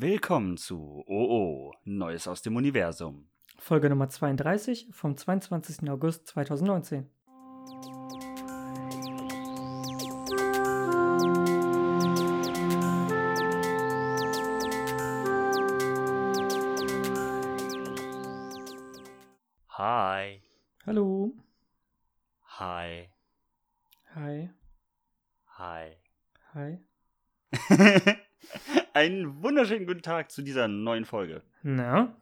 Willkommen zu OO, Neues aus dem Universum. Folge Nummer 32 vom 22. August 2019. Hi. Hallo. Hi. Hi. Hi. Hi. Einen wunderschönen guten Tag zu dieser neuen Folge. Na?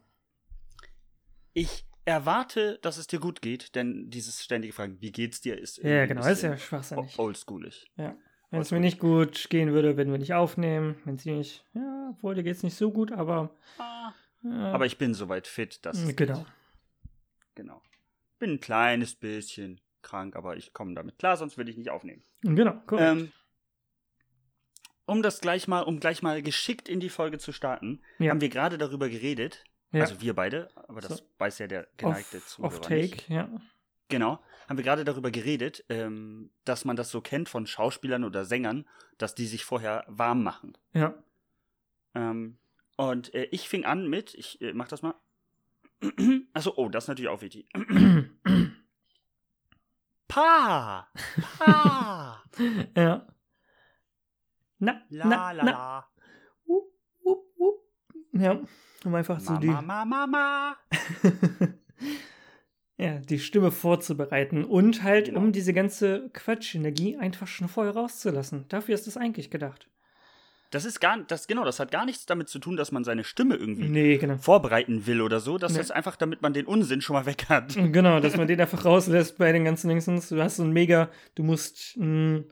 Ich erwarte, dass es dir gut geht, denn dieses ständige Fragen, wie geht's dir, ist Ja, irgendwie genau, ein ist ja bisschen schwachsinnig. o- oldschoolig. Wenn es mir nicht gut gehen würde, würden wir nicht aufnehmen. Wenn es dir nicht, ja, obwohl dir geht's nicht so gut, aber. Äh, Aber ich bin soweit fit, dass es Genau. geht. genau. Bin ein kleines bisschen krank, aber ich komme damit klar, sonst würde ich nicht aufnehmen. Genau, korrekt. Ähm, um das gleich mal, um gleich mal geschickt in die Folge zu starten, Ja. haben wir gerade darüber geredet. ja. Also wir beide, aber das So. weiß ja der geneigte off, Zuhörer off take, nicht. ja. Genau, haben wir gerade darüber geredet, ähm, dass man das so kennt von Schauspielern oder Sängern, dass die sich vorher warm machen. Ja. Ähm, und äh, ich fing an mit, ich äh, mach das mal. Achso, oh, das ist natürlich auch wichtig. Pa! Pa! ja. Na, na, La la na. la. Wupp, wupp, wupp. Ja, um einfach so die. Mama, mama, mama. ja, die Stimme vorzubereiten und halt, Genau. um diese ganze Quatschenergie einfach schon vorher rauszulassen. Dafür ist es eigentlich gedacht. Das ist gar, das genau, das hat gar nichts damit zu tun, dass man seine Stimme irgendwie Nee, genau. vorbereiten will oder so. Das Nee. ist einfach, damit man den Unsinn schon mal weg hat. Genau, dass man den einfach rauslässt bei den ganzen Dingsens. Du hast so ein mega, du musst einen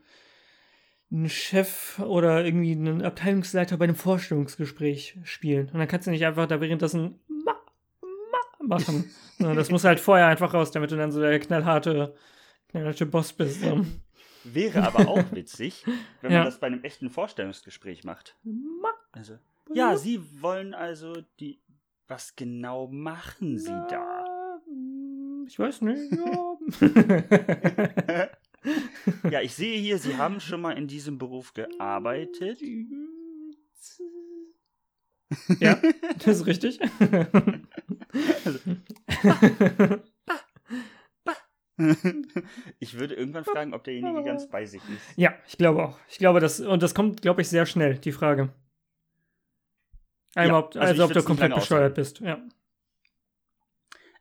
einen Chef oder irgendwie einen Abteilungsleiter bei einem Vorstellungsgespräch spielen. Und dann kannst du nicht einfach da währenddessen ma, ma machen. Na, Das muss halt vorher einfach raus, damit du dann so der knallharte, knallharte Boss bist. So. Wäre aber auch witzig, wenn Ja. man das bei einem echten Vorstellungsgespräch macht. Ma, Also, Mhm. ja, Sie wollen also die. Was genau machen Sie da? Na, mm, Ich weiß nicht. Ja. Ja, ich sehe hier, Sie haben schon mal in diesem Beruf gearbeitet. ja, das ist richtig. Ich würde irgendwann fragen, ob derjenige ganz bei sich ist. ja, ich glaube auch. Ich glaube, das und das kommt, glaube ich, sehr schnell, die Frage. Ja, Einmal, ob, also also, ich ob du würd's nicht komplett lange bescheuert bist. Ja.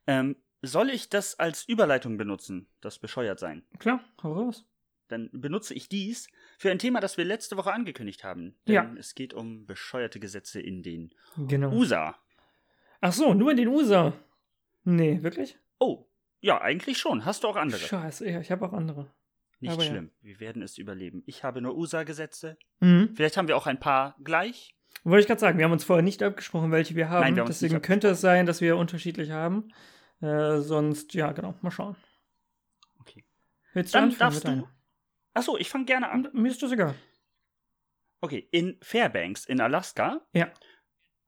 Ähm, soll ich das als Überleitung benutzen? Das bescheuert sein. Klar, hau raus. dann benutze ich dies für ein Thema, das wir letzte Woche angekündigt haben. Denn Ja. es geht um bescheuerte Gesetze in den Genau. USA. Ach so, nur in den USA. Nee, wirklich? Oh, ja, eigentlich schon. Hast du auch andere? Scheiße, ja, ich habe auch andere. Nicht aber ja. schlimm. Wir werden es überleben. Ich habe nur USA-Gesetze. Mhm. Vielleicht haben wir auch ein paar gleich. Wollte ich gerade sagen, wir haben uns vorher nicht abgesprochen, welche wir haben. Nein, wir haben uns Deswegen nicht könnte es sein, dass wir unterschiedlich haben. Äh, sonst, ja, genau, mal schauen. Okay. Willst du Dann anfangen darfst mit du. Achso, ich fange gerne an. einem? Mir ist das egal. Okay, in Fairbanks in Alaska Ja.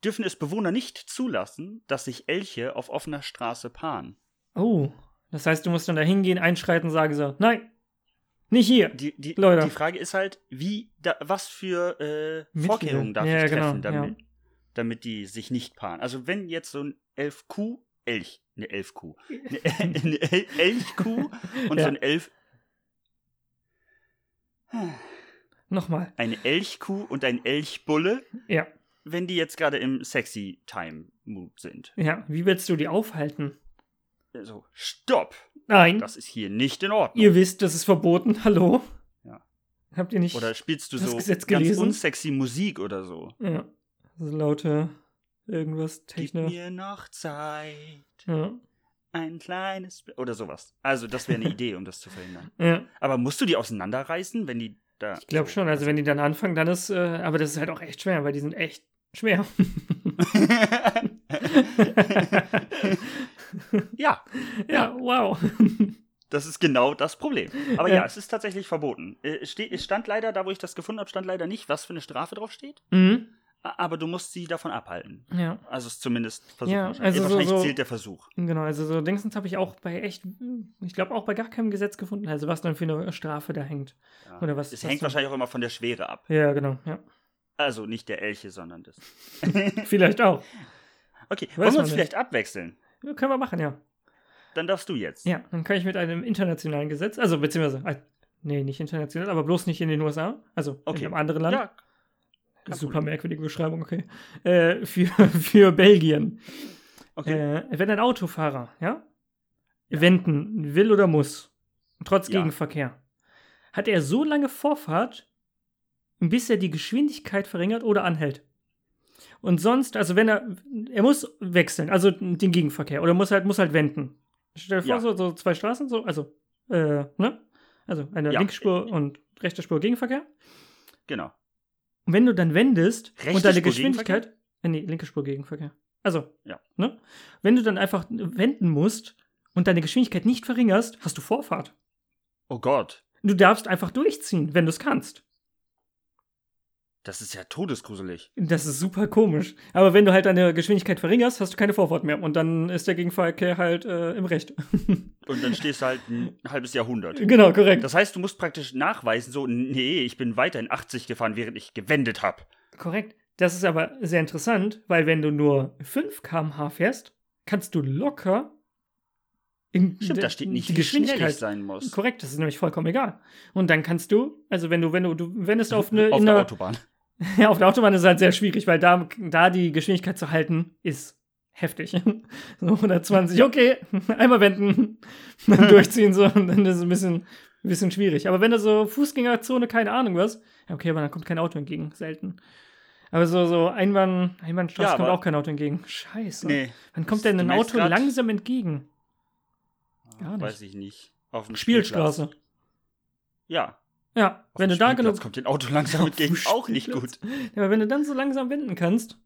dürfen es Bewohner nicht zulassen, dass sich Elche auf offener Straße paaren. Oh, das heißt, du musst dann da hingehen, einschreiten, sagen so, nein, nicht hier. Die, die, Leute. die Frage ist halt, wie, da, was für äh, Mittel. Vorkehrungen darf Ja, ich treffen, genau, damit, damit die sich nicht paaren. Also wenn jetzt so ein Elfkuh, Elch, eine Elfkuh, eine, eine El Elchkuh und so Ja. ein Elf, Nochmal. eine Elchkuh und ein Elchbulle, Ja, wenn die jetzt gerade im sexy Time Mood sind. ja. Wie willst du die aufhalten? So, stopp, Nein, das ist hier nicht in Ordnung. ihr wisst, das ist verboten. Hallo? Ja. Habt ihr nicht. oder spielst du das so Gesetz ganz gelesen? unsexy Musik oder so? ja. So laute irgendwas, Gib Techno. mir noch Zeit. Ja. Ein kleines Bi- oder sowas. Also, das wäre eine Idee, um das zu verhindern. ja. Aber musst du die auseinanderreißen, wenn die da Ich glaube so- schon, also wenn die dann anfangen, dann ist, äh, aber das ist halt auch echt schwer, weil die sind echt schwer. ja, ja, wow. das ist genau das Problem. Aber ja, Ja. es ist tatsächlich verboten. Äh, ste es stand leider, da wo ich das gefunden habe, stand leider nicht, was für eine Strafe drauf steht, Mhm. A- aber du musst sie davon abhalten. Ja, Also es zumindest versuchen. Ja, wahrscheinlich. also so- wahrscheinlich so- zählt der Versuch. genau, also so Dingsens habe ich auch bei echt, ich glaube auch bei gar keinem Gesetz gefunden, also was dann für eine Strafe da hängt. Ja. Oder was- es was hängt so- wahrscheinlich auch immer von der Schwere ab. Ja, genau, ja. Also nicht der Elche, sondern das. Vielleicht auch. Okay, Weiß wollen wir man uns nicht. vielleicht abwechseln? Ja, können wir machen, ja. Dann darfst du jetzt. Ja, dann kann ich mit einem internationalen Gesetz, also beziehungsweise, äh, nee, nicht international, aber bloß nicht in den USA, also Okay. in einem anderen Land. Ja, kein Super Problem. merkwürdige Beschreibung, okay. Äh, für, für Belgien. okay. Äh, wenn ein Autofahrer, ja, wenden will oder muss, trotz Ja. Gegenverkehr, hat er so lange Vorfahrt, bis er die Geschwindigkeit verringert oder anhält. Und sonst, also wenn er, er muss wechseln, also den Gegenverkehr, oder muss halt, muss halt wenden. Stell dir vor, Ja. so, so zwei Straßen, so, also, äh, ne? Also eine Ja. linke Spur und rechte Spur Gegenverkehr. genau. Und wenn du dann wendest Rechte und deine Spur Geschwindigkeit. Äh, nee, linke Spur Gegenverkehr. Also, Ja. ne? Wenn du dann einfach wenden musst und deine Geschwindigkeit nicht verringerst, hast du Vorfahrt. Oh Gott, Du darfst einfach durchziehen, wenn du es kannst. das ist ja todesgruselig. Das ist super komisch. Aber wenn du halt deine Geschwindigkeit verringerst, hast du keine Vorfahrt mehr. Und dann ist der Gegenverkehr halt äh, im Recht. Und dann stehst du halt ein halbes Jahrhundert. genau, korrekt. Das heißt, du musst praktisch nachweisen, so, nee, ich bin weiter in 80 gefahren, während ich gewendet habe. korrekt. Das ist aber sehr interessant, weil wenn du nur 5 km/h fährst, kannst du locker in Stimmt, da steht nicht, wie schnell ich sein muss. Korrekt, das ist nämlich vollkommen egal. Und dann kannst du, also wenn du, wenn du, du wendest auf eine, Also, Auf in der einer- Autobahn. Ja, auf der Autobahn ist es halt sehr schwierig, weil da, da die Geschwindigkeit zu halten, ist heftig. So 120, okay, einmal wenden, dann durchziehen so und dann ist es ein bisschen, ein bisschen schwierig. Aber wenn du so Fußgängerzone, keine Ahnung was, ja, okay, aber dann kommt kein Auto entgegen, selten. Aber so, so Einbahn, Einbahnstraße Ja, kommt aber- auch kein Auto entgegen. Scheiße. Nee, Wann kommt denn Du ein merkst Auto grad- langsam entgegen? Gar nicht. weiß ich nicht. Auf dem Spielstraße. Spielplatz. Ja. Ja, Auf wenn dem du da Spielplatz genug kommt den Auto langsam entgegen, auch nicht gut. Ja, aber wenn du dann so langsam wenden kannst,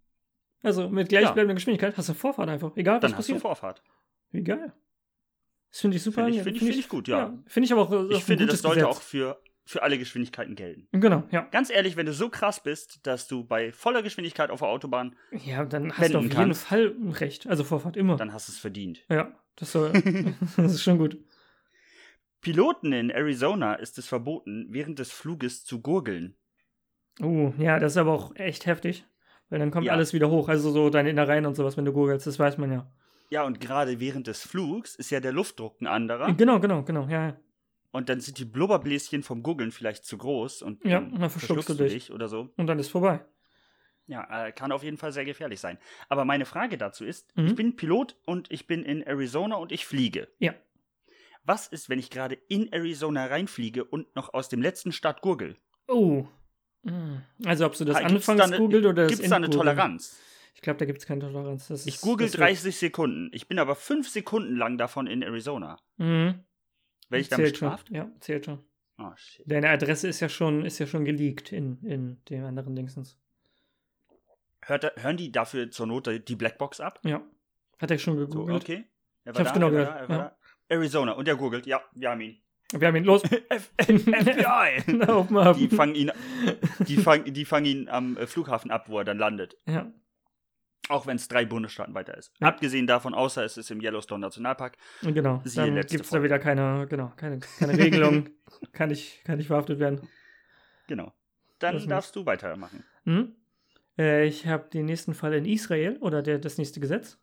also mit gleichbleibender Geschwindigkeit, hast du Vorfahrt einfach. Egal, was Dann hast du passiert. Vorfahrt. Wie geil. Das finde ich super. Finde ich- angenehm. finde ich- finde ich gut, ja. finde ich aber auch. auch Ich ein finde, das gutes sollte Gesetz. auch für, für alle Geschwindigkeiten gelten. Genau, ja. Ganz ehrlich, wenn du so krass bist, dass du bei voller Geschwindigkeit auf der Autobahn, Ja, dann hast Wenden du auf jeden kannst. Fall recht. Also Vorfahrt immer. dann hast du es verdient. ja, das, soll, das ist schon gut. Piloten in Arizona ist es verboten, während des Fluges zu gurgeln. Oh, ja, das ist aber auch echt heftig. Weil dann kommt Ja. alles wieder hoch. Also so deine Innereien und sowas, wenn du gurgelst, das weiß man ja. Ja, und gerade während des Flugs ist ja der Luftdruck ein anderer. Genau, genau, genau. Ja, ja. Und dann sind die Blubberbläschen vom Gurgeln vielleicht zu groß und Ja, ähm, dann verschluckst du dich. oder so. Und dann ist vorbei. Ja, äh, kann auf jeden Fall sehr gefährlich sein. Aber meine Frage dazu ist, Mhm. ich bin Pilot und ich bin in Arizona und ich fliege. Ja. Was ist, wenn ich gerade in Arizona reinfliege und noch aus dem letzten Start gurgel? Oh. Hm. Also ob du das Ah, gibt's da anfangs eine- googelt oder das Gibt es da eine Endgoogelt? Toleranz? Ich glaube, da gibt es keine Toleranz. Das Ich ist- google das wird- 30 Sekunden. Ich bin aber 5 Sekunden lang davon in Arizona. Mhm. Werde ich dann Zählt schon. bestraft? Ja, zählt schon. Oh, shit. Deine Adresse ist ja schon, ist ja schon geleakt in, in dem anderen Dingsens. Hört, er- hören die dafür zur Not die Blackbox ab? Ja. Hat er schon So, gegoogelt. okay. Er Ich hab's genau er war gehört, Da, er war ja. da. Arizona. Und er googelt. Ja, wir haben ihn. Wir haben ihn los. F FBI. Auf mal ab. die fangen ihn, die fangen, die fangen ihn am äh, Flughafen ab, wo er dann landet. ja. Auch wenn es drei Bundesstaaten weiter ist. Ja. Abgesehen davon, außer es ist im Yellowstone Nationalpark. Und genau. Siehe Dann letzte gibt es da Folge. wieder keine, genau, keine, keine Regelung. kann, ich, kann ich verhaftet werden. Genau. Dann Das ist- darfst du weitermachen. Hm? Äh, ich habe den nächsten Fall in Israel oder der, das nächste Gesetz.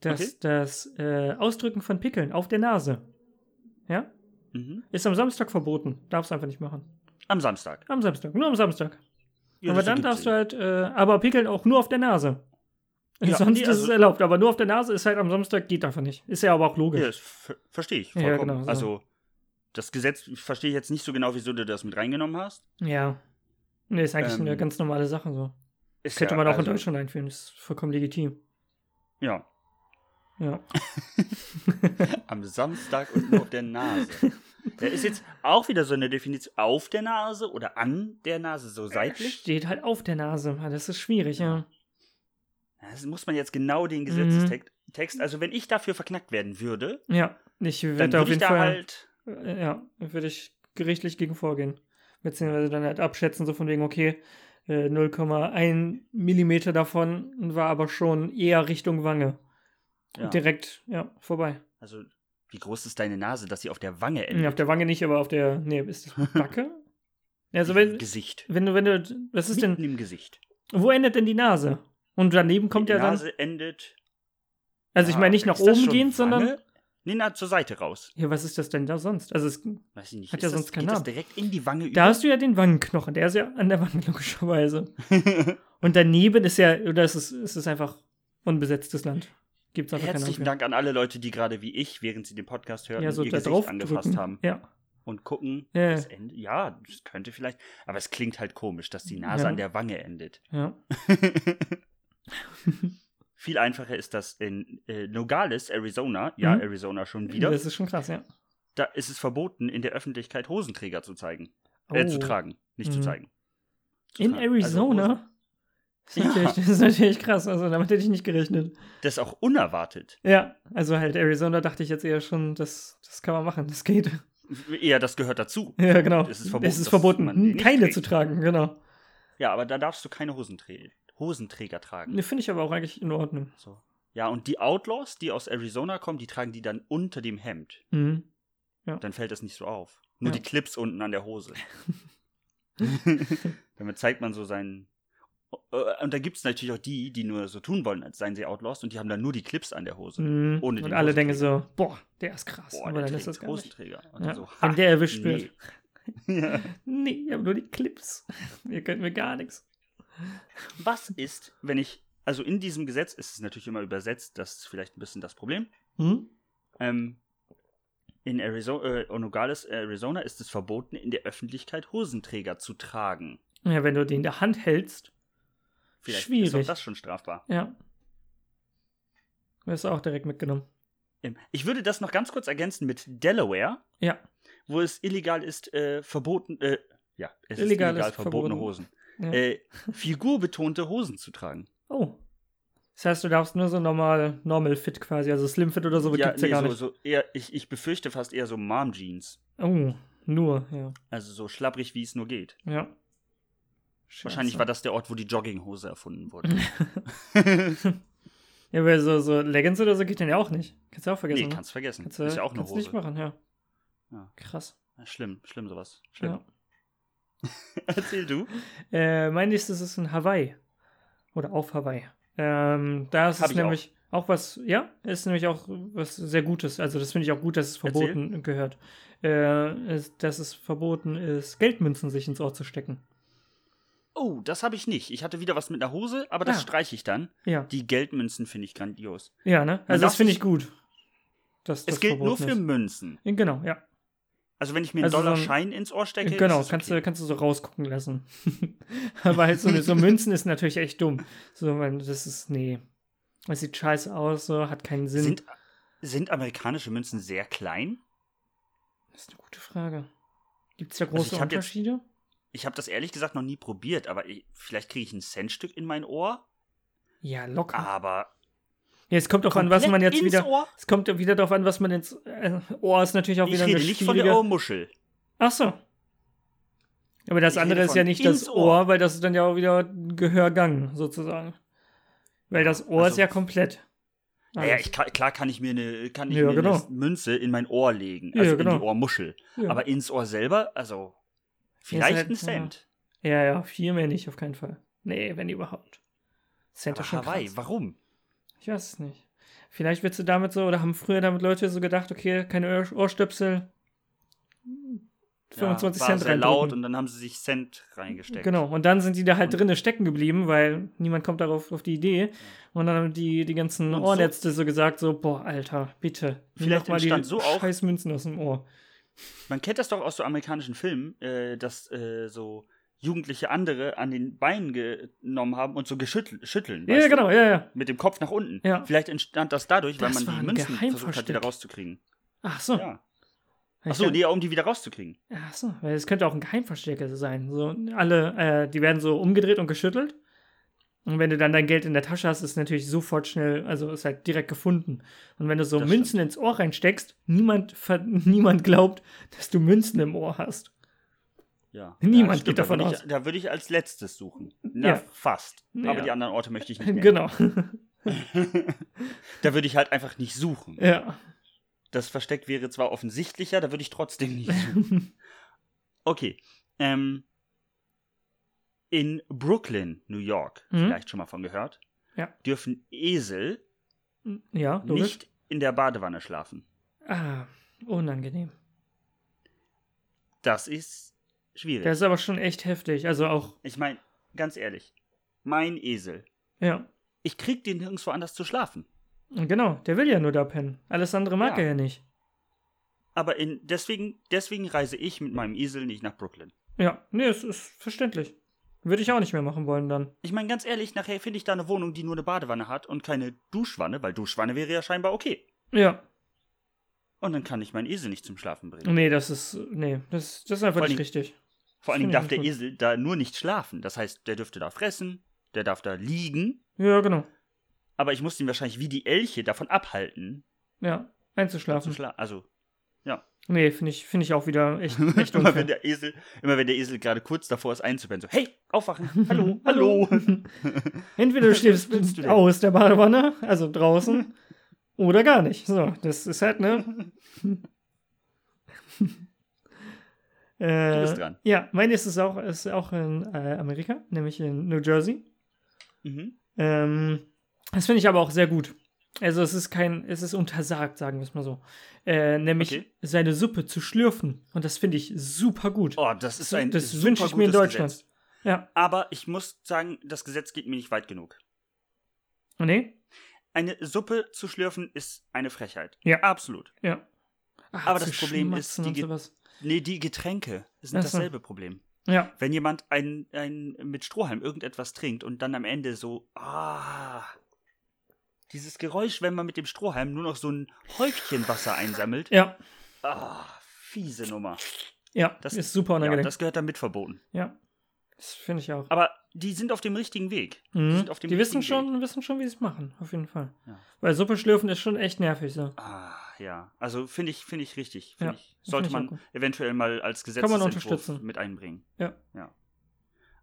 Das, Okay. das äh, Ausdrücken von Pickeln auf der Nase. Ja? Mhm. Ist am Samstag verboten. Darfst einfach nicht machen. Am Samstag. Am Samstag, nur am Samstag. Ja, aber das dann ergibt darfst Sinn. du halt, äh, aber pickeln auch nur auf der Nase. Ja, Sonst nee, ist es also- erlaubt, aber nur auf der Nase ist halt am Samstag, geht einfach nicht. Ist ja aber auch logisch. Ja, das ver- verstehe ich Ja, vollkommen. genau, so. Also, das Gesetz verstehe ich jetzt nicht so genau, wieso du das mit reingenommen hast. Ja. Nee, ist eigentlich Ähm, eine ganz normale Sache so. Ist Könnte ja, man auch in also- Deutschland einführen, ist vollkommen legitim. Ja, Ja. am Samstag und nur auf der Nase. Da ist jetzt auch wieder so eine Definition auf der Nase oder an der Nase, so seitlich. Steht halt auf der Nase. Ja, Das ist schwierig, ja. Das muss man jetzt genau den Gesetzestext. Mhm. Text, also, wenn ich dafür verknackt werden würde, Ja, ich dann werde auf würde ich jeden da Fall. halt. Äh, Ja, würde ich gerichtlich gegen vorgehen. Beziehungsweise dann halt abschätzen, so von wegen, okay, äh, 0,1 Millimeter davon war aber schon eher Richtung Wange. Ja, Direkt, ja, vorbei. also, wie groß ist deine Nase, dass sie auf der Wange Nee, endet? auf der Wange nicht, aber auf der, nee, ist das Backe? Also wenn, Im Gesicht. wenn du, wenn du, was ist Mitten denn, im Gesicht. wo endet denn die Nase? Und daneben kommt die ja dann, Nase endet. also ich Ah, meine nicht nach ist das oben schon gehend, sondern, Wange? Nee, na, zur Seite raus. ja, was ist das denn da sonst? Also es, Weiß ich nicht. Hat ist ja das, sonst keinen geht das Namen. direkt in die Wange da hast du ja den Wangenknochen, der ist ja an der Wange logischerweise. über. Und daneben ist ja, oder ist es, ist es einfach unbesetztes Land. Gibt's einfach keine Herzlichen Ampel. Dank an alle Leute, die gerade wie ich, während sie den Podcast hören, Ja, so ihr da Gesicht drauf angefasst drücken. haben Ja. und gucken. Ja. Das Ende, ja, das könnte vielleicht. Aber es klingt halt komisch, dass die Nase Ja. an der Wange endet. Ja. Viel einfacher ist das in äh, Nogales, Arizona. Ja, Mhm. Arizona schon wieder. Das ist schon krass, ja. Da ist es verboten, in der Öffentlichkeit Hosenträger zu zeigen. Äh, zu Oh. tragen, nicht zu Mhm. zeigen. Zu In tragen. Also Hosen- Arizona? Das ist, natürlich, das ist natürlich krass, also damit hätte ich nicht gerechnet. das ist auch unerwartet. Ja, also halt Arizona dachte ich jetzt eher schon, das, das kann man machen, das geht. Ja, das gehört dazu. Ja, genau. Es ist verboten, Es ist dass verboten, man die nicht keine trägt. zu tragen, genau. Ja, aber da darfst du keine Hosenträ Hosenträger tragen. Ne, Finde ich aber auch eigentlich in Ordnung. So. Ja, und die Outlaws, die aus Arizona kommen, die tragen die dann unter dem Hemd. Mhm. Dann fällt das nicht so auf. Nur Ja. die Clips unten an der Hose. Damit zeigt man so seinen. Äh, Und da gibt es natürlich auch die, die nur so tun wollen, als seien sie Outlaws und die haben dann nur die Clips an der Hose. Mhm. Ohne Und den alle denken so, boah, der ist krass. Boah, aber der dann trägt ist das gar nicht. Hosenträger. Und Ja. dann so, ha, Wenn der erwischt nee. wird. Ja. Nee, ich habe nur die Clips. Ihr könnt mir gar nichts. Was ist, wenn ich. Also in diesem Gesetz ist es natürlich immer übersetzt, das ist vielleicht ein bisschen das Problem. Hm? Ähm, in Arizona, äh, Nogales, Arizona ist es verboten, in der Öffentlichkeit Hosenträger zu tragen. Ja, wenn du den in der Hand hältst, Vielleicht ist Schwierig. auch das schon strafbar. ja. Wirst du auch direkt mitgenommen. Ähm, Ich würde das noch ganz kurz ergänzen mit Delaware, Ja. wo es illegal ist, äh, verboten, äh, ja, es Illegal ist illegal, ist verbotene verboten. Hosen. Ja. Äh, figurbetonte Hosen zu tragen. Oh. Das heißt, du darfst nur so normal, normal fit quasi, also Slim Fit oder so, ja, gibt's ja gar so, nicht. so eher, ich, ich befürchte fast eher so Mom-Jeans. Oh, nur, ja. Also so schlapprig, wie es nur geht. Ja. Wahrscheinlich war das der Ort, wo die Jogginghose erfunden wurde. Ja, weil so, so Leggings oder so geht dann ja auch nicht. Kannst du auch vergessen. nee, ne? kannst vergessen. kannst, du- ist ja auch eine kannst du Hose. nicht machen, ja. Ja. Krass. Schlimm, schlimm sowas. Schlimm. Ja. Erzähl du. Äh, mein nächstes ist in Hawaii. Oder auf Hawaii. Ähm, da ist Hab es ich auch. nämlich auch. was, ja, ist nämlich auch was sehr Gutes. Also, das finde ich auch gut, dass es Erzähl. verboten gehört. Äh, ist, dass es verboten ist, Geldmünzen sich ins Ohr zu stecken. Oh, das habe ich nicht. Ich hatte wieder was mit einer Hose, aber das Ah. streiche ich dann. Ja, Die Geldmünzen finde ich grandios. ja, ne? Also, darf das finde sich- ich gut. Dass, das es gilt nur verboten für ist. Münzen. Ja, Genau, ja. Also wenn ich mir einen Also so ein- Dollarschein ins Ohr stecke, genau, ist es kannst, du, okay. kannst du so rausgucken lassen. Aber halt so, so Münzen ist natürlich echt dumm. So, weil das ist, nee. Es sieht scheiße aus, so, hat keinen Sinn. Sind, sind amerikanische Münzen sehr klein? das ist eine gute Frage. Gibt es da Also ich große hab jetzt- Unterschiede? Ich habe das ehrlich gesagt noch nie probiert, aber ich, vielleicht kriege ich ein Centstück in mein Ohr. Ja, locker. Aber ja, es kommt auch an, was man Ah. komplett jetzt ins wieder. Ohr? Es kommt wieder darauf an, was man ins äh, Ohr ist natürlich auch Ich wieder rede eine nicht von der schwierige- Ohrmuschel. Ach so. Aber das Ich andere rede ist ja von nicht ins das Ohr. Ohr, weil das ist dann ja auch wieder Gehörgang sozusagen. Weil das Ohr ist also- ja komplett. Naja, Alles. ich kann, klar kann ich mir eine, kann ich Ah, Ja, mir genau. eine Münze in mein Ohr legen, Ja, also in genau. die Ohrmuschel. ja. Aber ins Ohr selber, also vielleicht halt- ein Cent. Ja, ja, viel mehr nicht, auf keinen Fall. Nee, wenn überhaupt. Cent ist Aber schon Hawaii, krass. warum? Ich weiß es nicht. Vielleicht willst du damit so, oder haben früher damit Leute so gedacht, okay, keine Ohr Ohrstöpsel, 25 ja, war Cent sehr reindrücken. laut und dann haben sie sich Cent reingesteckt. Genau, und dann sind die da halt Und- drinne stecken geblieben, weil niemand kommt darauf auf die Idee. Und dann haben die, die ganzen Und so- Ohrärzte so gesagt, so, boah, Alter, bitte, nimm Vielleicht doch mal die entstand so auch- scheiß Münzen aus dem Ohr. Man kennt das doch aus so amerikanischen Filmen, äh, dass äh, so Jugendliche andere an den Beinen genommen haben und so geschütteln. Schütteln, Ja, weißt ja, du? genau, ja, ja. Mit dem Kopf nach unten. Ja. Vielleicht entstand das dadurch, Das weil war man ein die Münzen versucht hat, Geheimversteck. wieder rauszukriegen. Ach so. Ja. Achso, nee, um die wieder rauszukriegen. Ach so, weil es könnte auch ein Geheimverstecker sein. So, alle, äh, die werden so umgedreht und geschüttelt. Und wenn du dann dein Geld in der Tasche hast, ist natürlich sofort schnell, also ist halt direkt gefunden. Und wenn du so Das Münzen ins Ohr reinsteckst, niemand, ver- niemand glaubt, dass du Münzen im Ohr hast. Ja. Niemand ja, geht stimmt, davon da würde ich, aus. Da würde ich als letztes suchen. Na, Ja. fast. Ja. Aber die anderen Orte möchte ich nicht nennen. genau. Da würde ich halt einfach nicht suchen. ja. Das Versteck wäre zwar offensichtlicher, da würde ich trotzdem nicht suchen. Okay. Ähm, in Brooklyn, New York, Mhm. vielleicht schon mal von gehört, Ja. dürfen Esel Ja, logisch. nicht in der Badewanne schlafen. Ah, unangenehm. Das ist schwierig. Das ist aber schon echt heftig. Also auch, ich meine, ganz ehrlich, mein Esel. ja, Ich krieg den nirgendwo anders zu schlafen. genau, der will ja nur da pennen. Alles andere mag Ja. er ja nicht. Aber in, deswegen, deswegen reise ich mit meinem Esel nicht nach Brooklyn. Ja, nee, es ist verständlich. Würde ich auch nicht mehr machen wollen dann. Ich meine, ganz ehrlich, nachher finde ich da eine Wohnung, die nur eine Badewanne hat und keine Duschwanne, weil Duschwanne wäre ja scheinbar okay. Ja, Und dann kann ich meinen Esel nicht zum Schlafen bringen. nee, das ist, nee, das, das ist einfach Vor nicht allem- richtig. Vor allen Dingen Finde ich darf nicht der gut. Esel da nur nicht schlafen. Das heißt, der dürfte da fressen, der darf da liegen, Ja, genau. aber ich muss ihn wahrscheinlich wie die Elche davon abhalten, Ja, zu einzuschlafen. schlafen. Also, Nee, finde ich, finde ich auch wieder echt, echt immer wenn unfair. der Esel, immer wenn der Esel gerade kurz davor ist einzupennen, so, hey, aufwachen, hallo, hallo. Entweder du stirbst willst du denn? aus der Badewanne, also draußen, oder gar nicht. So, das ist halt, ne? äh, Du bist dran. Ja, mein nächstes ist auch, ist auch in äh, Amerika, nämlich in New Jersey. Mhm. Ähm, das finde ich aber auch sehr gut. Also es ist kein, es ist untersagt, sagen wir es mal so. Äh, nämlich Okay. seine Suppe zu schlürfen. Und das finde ich super gut. Oh, das ist ein das super wünsche ich mir in gutes Deutschland. Gesetz. Ja. Aber ich muss sagen, das Gesetz geht mir nicht weit genug. Oh, Nee? Eine Suppe zu schlürfen ist eine Frechheit. Ja. Absolut. Ja. Ach, Aber Ah, zu das Problem ist, schmatzen die und Ge- sowas. Nee, die Getränke sind Ach so. dasselbe Problem. Ja. Wenn jemand ein, ein, mit Strohhalm irgendetwas trinkt und dann am Ende so, ah, dieses Geräusch, wenn man mit dem Strohhalm nur noch so ein Häufchen Wasser einsammelt, Ja. ah, fiese Nummer. Ja. Das- Das ist super Ja, unangenehm. das gehört damit verboten. Ja. Das finde ich auch. Aber die sind auf dem richtigen Weg. Mhm. Die sind auf dem Die wissen richtigen Weg. schon, wissen schon, wie sie es machen, auf jeden Fall. Ja. Weil Suppe schlürfen ist schon echt nervig so. Ah, ja. Also finde ich, finde ich richtig. Find Ja, ich, das sollte finde ich man auch eventuell mal als man Gesetzesentwurf unterstützen. mit einbringen. Ja. ja.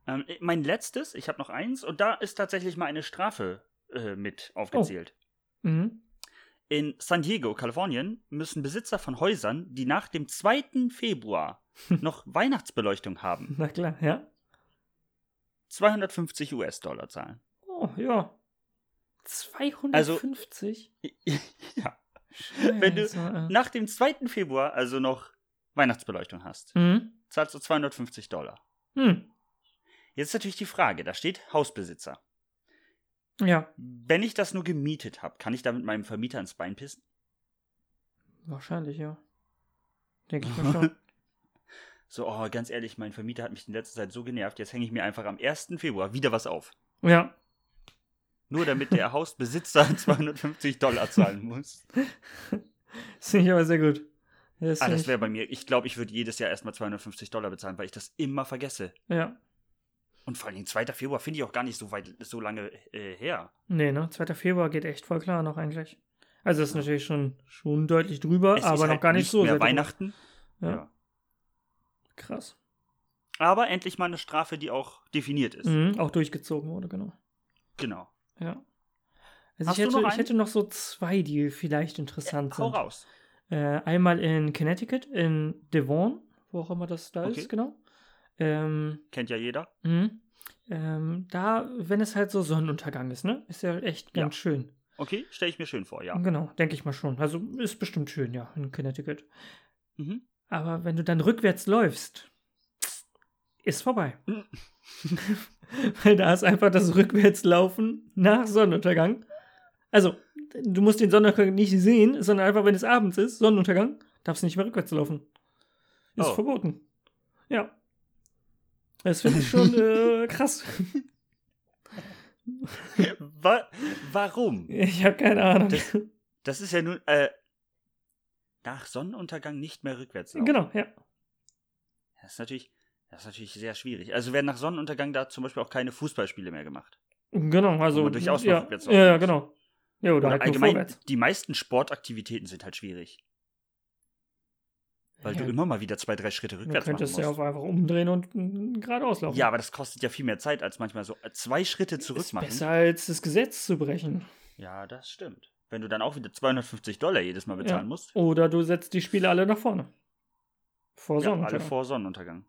Ähm, mein letztes, ich habe noch eins, und da ist tatsächlich mal eine Strafe äh, mit aufgezählt. Mhm. In San Diego, Kalifornien, müssen Besitzer von Häusern, die nach dem 2. Februar noch Weihnachtsbeleuchtung haben, Na klar, ja. 250 US-Dollar zahlen. Oh, Also, ja. 250? ja. Scheiße, wenn du- äh. Nach dem 2. Februar also noch Weihnachtsbeleuchtung hast, Mhm. zahlst du 250 Dollar. Hm. Jetzt ist natürlich die Frage, da steht Hausbesitzer. Ja, Wenn ich das nur gemietet habe, kann ich da mit meinem Vermieter ins Bein pissen? wahrscheinlich, ja. Denke ich mal schon. So, oh, ganz ehrlich, mein Vermieter hat mich in letzter Zeit so genervt, jetzt hänge ich mir einfach am 1. Februar wieder was auf. ja. Nur damit der Hausbesitzer 250 Dollar zahlen muss. Das finde ich aber sehr gut. Das Ah, finde das ich- wäre bei mir. Ich glaube, ich würde jedes Jahr erstmal 250 Dollar bezahlen, weil ich das immer vergesse. Ja. Und vor allen Dingen 2. Februar finde ich auch gar nicht so weit, so lange äh, her. Nee, ne? 2. Februar geht echt voll klar noch eigentlich. Also ist natürlich schon, schon deutlich drüber, Es aber ist noch halt gar nicht, so. mehr sehr drüber. Weihnachten. Ja. Ja. Krass. Aber endlich mal eine Strafe, die auch definiert ist. Mhm, auch durchgezogen wurde, genau. Genau. Ja. Also Hast du ich, hätte, noch ich einen? hätte noch so zwei, die vielleicht interessant Hau sind. raus. Äh, einmal in Connecticut, in Devon, wo auch immer das da Okay. ist, genau. Ähm, Kennt ja jeder. mhm. ähm, da, wenn es halt so Sonnenuntergang ist, ne? Ist ja echt Ja. ganz schön. Okay, stelle ich mir schön vor, ja. Genau, denke ich mal schon. Also ist bestimmt schön, ja, in Connecticut. Mhm. Aber wenn du dann rückwärts läufst, ist vorbei. Mhm. Weil da ist einfach das Rückwärtslaufen nach Sonnenuntergang. Also, du musst den Sonnenuntergang nicht sehen, sondern einfach, wenn es abends ist, Sonnenuntergang, darfst du nicht mehr rückwärts laufen. Ist Oh. verboten. Ja. Das finde ich schon äh, krass. Wa warum? Ich habe keine Ahnung. Das- Das ist ja nun äh, nach Sonnenuntergang nicht mehr rückwärts laufen. genau, ja. Das ist natürlich, das ist natürlich sehr schwierig. Also werden nach Sonnenuntergang da zum Beispiel auch keine Fußballspiele mehr gemacht. Genau, also. man durchaus noch ja, rückwärts ja, laufen ja, muss. genau. Ja, oder, Oder halt nur allgemein, vorwärts. die meisten Sportaktivitäten sind halt schwierig, weil ja, du immer mal wieder zwei, drei Schritte Du rückwärts machen könntest musst. ja auch Ja, einfach umdrehen und mm, geradeaus laufen. aber das kostet ja viel mehr Zeit, als manchmal so äh, zwei Schritte zurück ist machen. besser als das Gesetz zu brechen. Ja, das stimmt. Wenn du dann auch wieder 250 Dollar jedes Mal bezahlen Ja. musst. Oder du setzt die Spiele alle nach vorne. Vor Ja, alle Sonnenuntergang. vor Sonnenuntergang.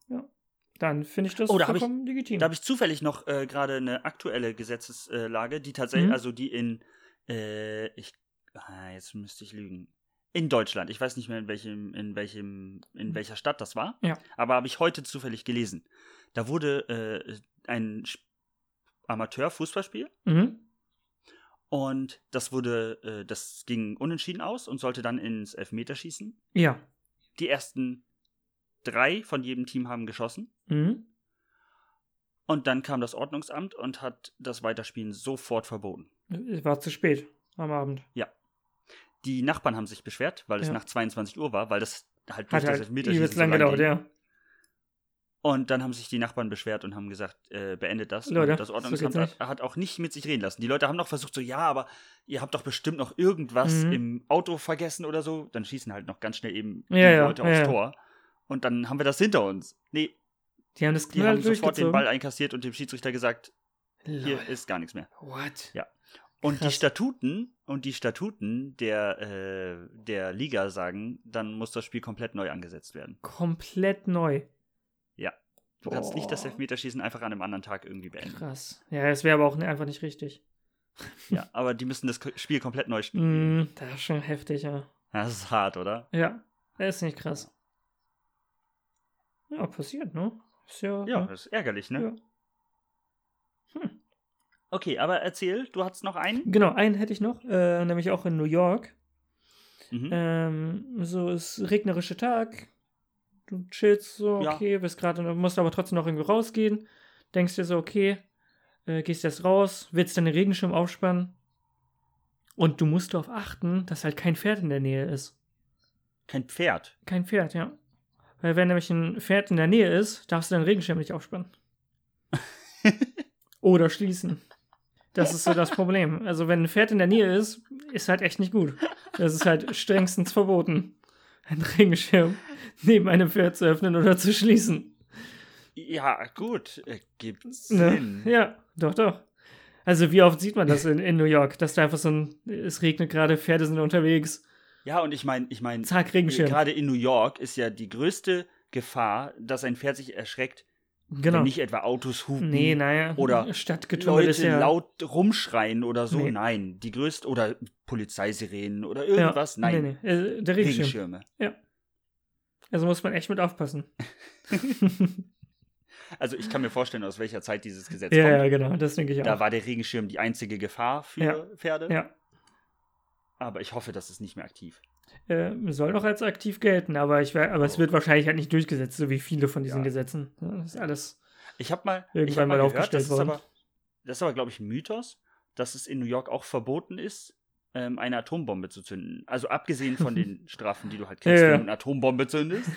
dann finde ich das Oh, da hab ich- vollkommen legitim. Da habe ich zufällig noch äh, gerade eine aktuelle Gesetzeslage, die tatsächlich, Mhm. also die in, äh, ich, ah, jetzt müsste ich lügen. In Deutschland. Ich weiß nicht mehr, in welchem, in welchem, in welcher Stadt das war. Mhm. Ja. Aber habe ich heute zufällig gelesen. Da wurde äh, ein Sp- Amateur-Fußballspiel mhm. und das wurde, äh, das ging unentschieden aus und sollte dann ins Elfmeterschießen. Ja. Die ersten drei von jedem Team haben geschossen. Mhm. Und dann kam das Ordnungsamt und hat das Weiterspielen sofort verboten. Es war zu spät am Abend. Die Nachbarn haben sich beschwert, weil es Ja. nach 22 Uhr war, weil das halt durch Hat das halt Elfmeterschießen übelst so lang gedauert, ging. ja. Und dann haben sich die Nachbarn beschwert und haben gesagt, äh, beendet das. Leute, und das so geht's Ordnungsamt nicht. hat, hat auch nicht mit sich reden lassen. Die Leute haben noch versucht, so, ja, aber ihr habt doch bestimmt noch irgendwas Mhm. im Auto vergessen oder so. Dann schießen halt noch ganz schnell eben die Ja, ja, Leute ja, aufs ja. Tor. Und dann haben wir das hinter uns. Nee, Die haben das die knallhart haben sofort den durchgezogen. Ball einkassiert und dem Schiedsrichter gesagt, hier Lol. ist gar nichts mehr. What? Ja. Und die Krass. Statuten und die Statuten der, äh, der Liga sagen, dann muss das Spiel komplett neu angesetzt werden. Komplett neu. Du kannst nicht das Boah. Elfmeterschießen einfach an einem anderen Tag irgendwie beenden. Krass. Ja, es wäre aber auch ne, einfach nicht richtig. Ja, aber die müssen das K- Spiel komplett neu spielen. Mhm. Das ist schon heftig, ja. Das ist hart, oder? Ja, das ist nicht krass. Ja, passiert, ne? Ist ja. Ja, ne? das ist ärgerlich, ne? Hm. Ja. Okay, aber erzähl, du hattest noch einen? Genau, einen hätte ich noch, äh, nämlich auch in New York. Mhm. Ähm, so ist regnerischer Tag. Du chillst so, Ja. okay, bist gerade, musst aber trotzdem noch irgendwo rausgehen. Denkst dir so, okay, äh, gehst jetzt raus, willst deinen Regenschirm aufspannen. Und du musst darauf achten, dass halt kein Pferd in der Nähe ist. Kein Pferd. Kein Pferd, ja. Weil wenn nämlich ein Pferd in der Nähe ist, darfst du deinen Regenschirm nicht aufspannen. Oder schließen. Das ist so das Problem. Also wenn ein Pferd in der Nähe ist, ist halt echt nicht gut. Das ist halt strengstens verboten, einen Regenschirm neben einem Pferd zu öffnen oder zu schließen. Ja, gut, äh, gibt's Ne? Sinn. Ja, doch, doch. Also wie oft sieht man das in, in New York, dass da einfach so ein, es regnet gerade, Pferde sind unterwegs. Ja, und ich meine, ich meine, Zack, Regenschirm. gerade in New York ist ja die größte Gefahr, dass ein Pferd sich erschreckt, Genau. wenn nicht etwa Autos hupen. Nee, naja. Oder Stadtgetümmel Leute ist ja. laut rumschreien oder so. Nee. Nein, die größten oder Polizeisirenen oder irgendwas. Nein, Nee, nee. Äh, der Regenschirm. Regenschirme. Also muss man echt mit aufpassen. Also ich kann mir vorstellen, aus welcher Zeit dieses Gesetz ja, ja, kommt. genau. Das denke ich auch. Da ne? war der Regenschirm die einzige Gefahr für Ja. Pferde. ja. Aber ich hoffe, das ist nicht mehr aktiv. Äh, soll noch als aktiv gelten, aber, ich, wär- aber es wird wahrscheinlich halt nicht durchgesetzt, so wie viele von diesen Ja. Gesetzen. Ja, Das ist alles. Ich habe mal, ich Irgendwann hab mal mal gehört, aufgestellt das ist worden. aber, das ist aber glaube ich, ein Mythos, dass es in New York auch verboten ist, ähm, eine Atombombe zu zünden. Also abgesehen von den Strafen, die du halt kriegst, Ja, ja. wenn du eine Atombombe zündest,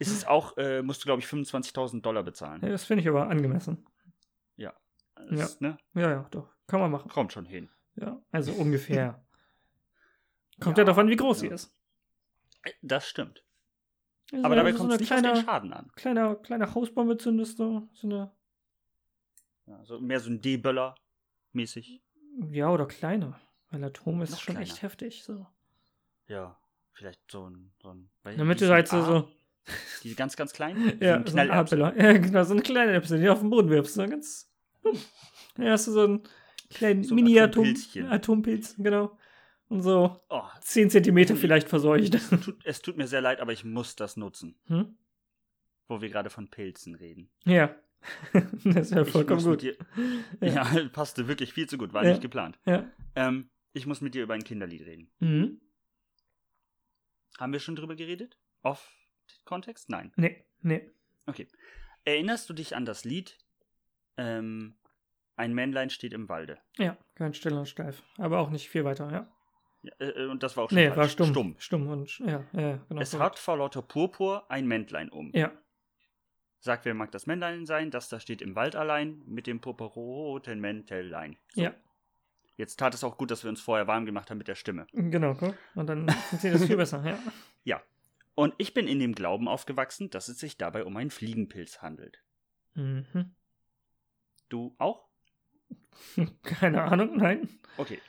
ist es auch, äh, musst du, glaube ich, 25.000 Dollar bezahlen. Ja, das finde ich aber angemessen. Das, ne, Ja, ja, doch. Kann man machen. kommt schon hin. Ja, also ungefähr. Kommt Ja. ja, davon, wie groß Ja. sie ist. Äh, Das stimmt. Also, Aber wenn dabei du so kommt es eine nicht auf den kleine, Schaden an. kleine, kleine Hausbombe zündest, so, so eine. Ja, so mehr so ein D-Böller mäßig. Ja, oder kleiner. Weil Atom ist Noch schon kleiner. echt heftig. So. Ja, vielleicht so ein. So ein weil Damit die du sind halt so, Äh, A, so Die ganz, ganz kleinen. die Ja, sind so ein Knallerbsen. Abbeller. Ja, genau, so eine kleine Erbse, die du auf den Boden wirfst. So ganz. Ja, hast du so einen kleinen So ein Mini-Atompilz, Atompilzchen. Atompilz, genau. Und so Oh, 10 Zentimeter vielleicht verseucht. es tut, es tut mir sehr leid, aber ich muss das nutzen, Hm? wo wir gerade von Pilzen reden. Ja. das wäre Ich vollkommen muss mit gut. Dir, ja. passte wirklich viel zu gut, war Ja. nicht geplant. Ja. Ähm, ich muss mit dir über ein Kinderlied reden. Mhm. Haben wir schon drüber geredet? Off Kontext? Nein. Nee, nee. Erinnerst du dich an das Lied? Ähm, ein Männlein steht im Walde. Ja, ganz still und steif. Aber auch nicht viel weiter, ja. Ja, äh, und das war auch schon Nee, falsch. war stumm. stumm. Stumm und, ja, ja, genau. Es hat vor lauter Purpur ein Männlein um. Ja, Sagt, wer mag das Männlein sein? Das da steht im Wald allein mit dem purpurroten Mäntelein. ja, Jetzt tat es auch gut, dass wir uns vorher warm gemacht haben mit der Stimme. genau, guck. Und dann funktioniert das viel besser, ja. Und ich bin in dem Glauben aufgewachsen, dass es sich dabei um einen Fliegenpilz handelt. Mhm. Du auch? Keine Ahnung, nein. Okay.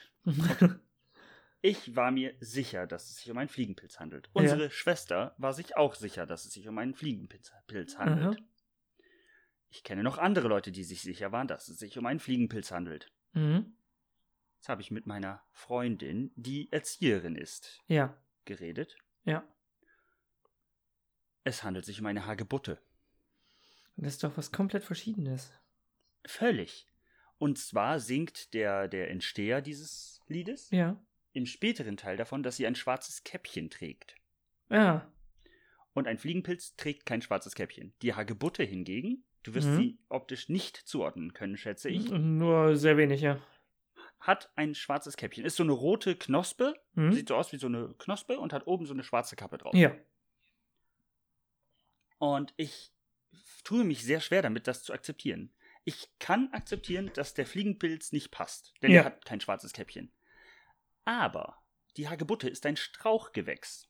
Ich war mir sicher, dass es sich um einen Fliegenpilz handelt. Unsere Schwester war sich auch sicher, dass es sich um einen Fliegenpilz Pilz handelt. Aha. Ich kenne noch andere Leute, die sich sicher waren, dass es sich um einen Fliegenpilz handelt. Mhm. Jetzt habe ich mit meiner Freundin, die Erzieherin ist, Ja, geredet. ja. Es handelt sich um eine Hagebutte. Das ist doch was komplett Verschiedenes. Völlig. Und zwar singt der, der Entsteher dieses Liedes Ja. im späteren Teil davon, dass sie ein schwarzes Käppchen trägt. Ja. Und ein Fliegenpilz trägt kein schwarzes Käppchen. Die Hagebutte hingegen, du wirst Mhm. sie optisch nicht zuordnen können, schätze ich, Nur sehr wenig, ja. hat ein schwarzes Käppchen. Ist so eine rote Knospe, Mhm. sieht so aus wie so eine Knospe und hat oben so eine schwarze Kappe drauf. Ja. Und ich tue mich sehr schwer damit, das zu akzeptieren. Ich kann akzeptieren, dass der Fliegenpilz nicht passt, denn Ja. er hat kein schwarzes Käppchen. Aber die Hagebutte ist ein Strauchgewächs.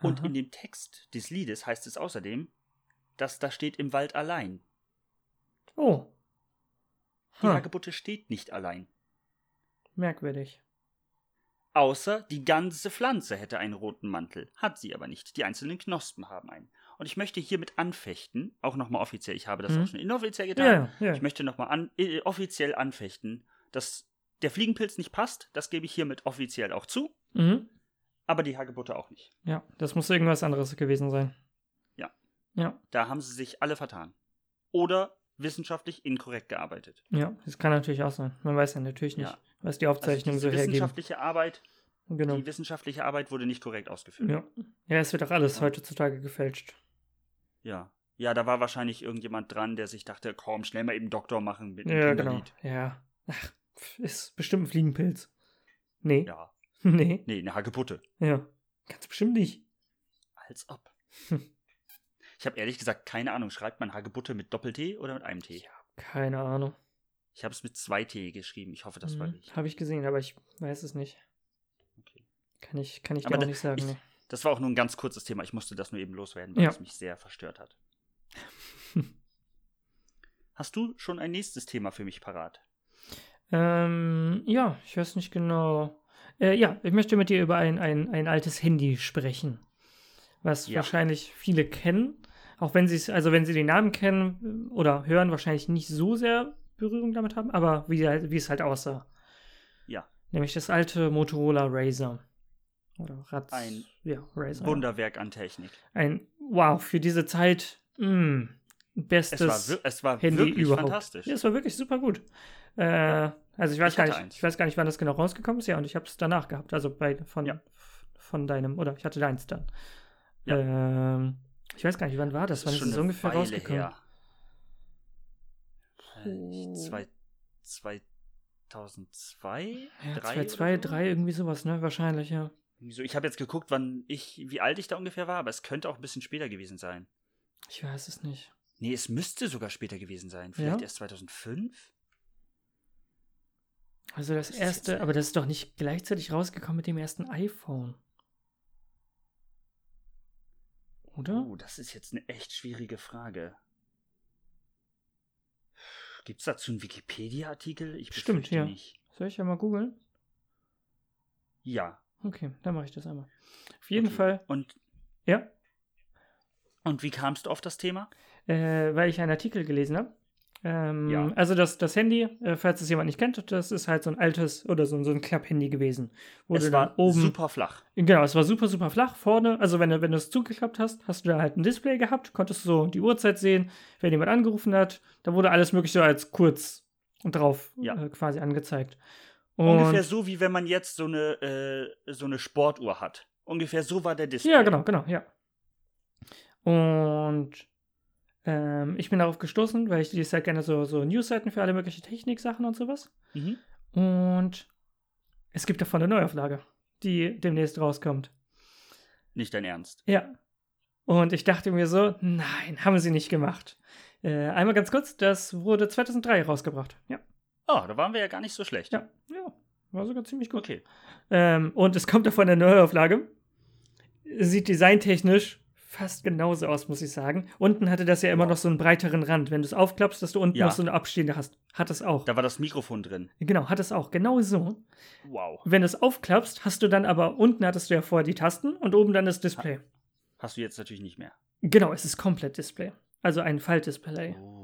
Und Aha. in dem Text des Liedes heißt es außerdem, dass da steht im Wald allein. Oh. Die Ha, Hagebutte steht nicht allein. merkwürdig. Außer die ganze Pflanze hätte einen roten Mantel, hat sie aber nicht. Die einzelnen Knospen haben einen. Und ich möchte hiermit anfechten, auch nochmal offiziell, ich habe das Mhm. auch schon inoffiziell getan, Ja, ja. Ich möchte nochmal an, äh, offiziell anfechten, dass der Fliegenpilz nicht passt. Das gebe ich hiermit offiziell auch zu. Mhm. Aber die Hagebutte auch nicht. Ja, das muss irgendwas anderes gewesen sein. Ja. Ja, Da haben sie sich alle vertan. Oder wissenschaftlich inkorrekt gearbeitet. ja. Das kann natürlich auch sein. Man weiß ja natürlich nicht, Ja. was die Aufzeichnungen Also diese so hergeben. wissenschaftliche Arbeit, Genau. die wissenschaftliche Arbeit wurde nicht korrekt ausgeführt. Ja. ja, es wird auch alles Ja. heutzutage gefälscht. ja. Ja, da war wahrscheinlich irgendjemand dran, der sich dachte, komm, schnell mal eben Doktor machen mit einem Ja, genau. Kinderlied. Ja. Ach, pf, ist bestimmt ein Fliegenpilz. Nee. Ja. Nee. Nee, eine Hagebutte. Ja. Ganz bestimmt nicht. Als ob. Hm. Ich habe ehrlich gesagt keine Ahnung, schreibt man Hagebutte mit Doppel-T oder mit einem T? Ich habe keine Ahnung. Ich habe es mit zwei T geschrieben. Ich hoffe, das war richtig. Habe Mhm. ich gesehen, aber ich weiß es nicht. Okay. Kann ich, kann ich Aber dir auch da- nicht sagen. ich- nee. Das war auch nur ein ganz kurzes Thema. Ich musste das nur eben loswerden, weil Ja. es mich sehr verstört hat. Hast du schon ein nächstes Thema für mich parat? Ähm, ja, ich weiß nicht genau. Äh, ja, ich möchte mit dir über ein, ein, ein altes Handy sprechen, was Ja. wahrscheinlich viele kennen, auch wenn sie es, also wenn sie den Namen kennen äh, oder hören, wahrscheinlich nicht so sehr Berührung damit haben, aber wie, halt- wie es halt aussah. Ja. Nämlich das alte Motorola Razer. Oder Ratz. Ein ja, Razer. Wunderwerk an Technik. Ein, wow, für diese Zeit, mh, bestes. Es war, wir- es war Handy wirklich überhaupt. fantastisch. Ja, es war wirklich super gut. Äh, also ich weiß Ich gar hatte nicht, eins. ich weiß gar nicht, wann das genau rausgekommen ist. Ja, und ich habe es danach gehabt, also bei von Ja. von deinem oder ich hatte deins dann. Ja. Ähm, ich weiß gar nicht, wann war das? wann ist es ungefähr rausgekommen? Äh, Puh. zwei, 2002? Ja, Drei 2, 2, oder so? 3, irgendwie sowas, ne? Wahrscheinlich, ja. Irgendwie so. Ich habe jetzt geguckt, wann ich, wie alt ich da ungefähr war, aber es könnte auch ein bisschen später gewesen sein. Ich weiß es nicht. Nee, es müsste sogar später gewesen sein. Vielleicht Ja? erst 2005? Also das ist jetzt erste, ein- aber das ist doch nicht gleichzeitig rausgekommen mit dem ersten iPhone. Oder? Oh, das ist jetzt eine echt schwierige Frage. Gibt es dazu einen Wikipedia-Artikel? Ich Stimmt, befürchte ja. nicht. Soll ich ja mal googeln? Ja. Okay, dann mache ich das einmal. Auf jeden okay. Fall, Und, ja, und wie kamst du auf das Thema? äh, weil ich einen Artikel gelesen habe. Ähm, Ja. Also das, das Handy, äh, falls es jemand nicht kennt, das ist halt so ein altes oder so, ein- so ein Klapp-Handy gewesen. Wo du es dann war super flach. Genau, es war super, super flach vorne. Also wenn du, wenn du es zugeklappt hast, hast du da halt ein Display gehabt, konntest so die Uhrzeit sehen, wenn jemand angerufen hat. Da wurde alles mögliche so als kurz drauf Ja. äh, quasi angezeigt. Ungefähr Und, so, wie wenn man jetzt so eine, äh, so eine Sportuhr hat. Ungefähr so war der Display. ja, genau, genau, ja. Und ähm, ich bin darauf gestoßen, weil ich lese halt gerne so, so Newsseiten für alle möglichen Techniksachen und sowas. Mhm. Und es gibt davon eine Neuauflage, die demnächst rauskommt. Nicht dein Ernst. Ja. Und ich dachte mir so, nein, haben sie nicht gemacht. Äh, einmal ganz kurz, das wurde 2003 rausgebracht. Ja, Oh, da waren wir ja gar nicht so schlecht. ja, ja. War sogar ziemlich gut. Okay. Ähm, und es kommt davon eine Neuauflage. Sieht designtechnisch fast genauso aus, muss ich sagen. Unten hatte das ja immer noch so einen breiteren Rand. Wenn du es aufklappst, dass du unten Genau. Ja. noch so eine Abstehende hast. Hat es auch. Da war das Mikrofon drin. Genau, hat es auch. Genau so. Wow. Wenn du es aufklappst, hast du dann aber unten hattest du ja vorher die Tasten und oben dann das Display. Hast du jetzt natürlich nicht mehr. Genau, es ist komplett Display. Also ein Faltdisplay. Oh.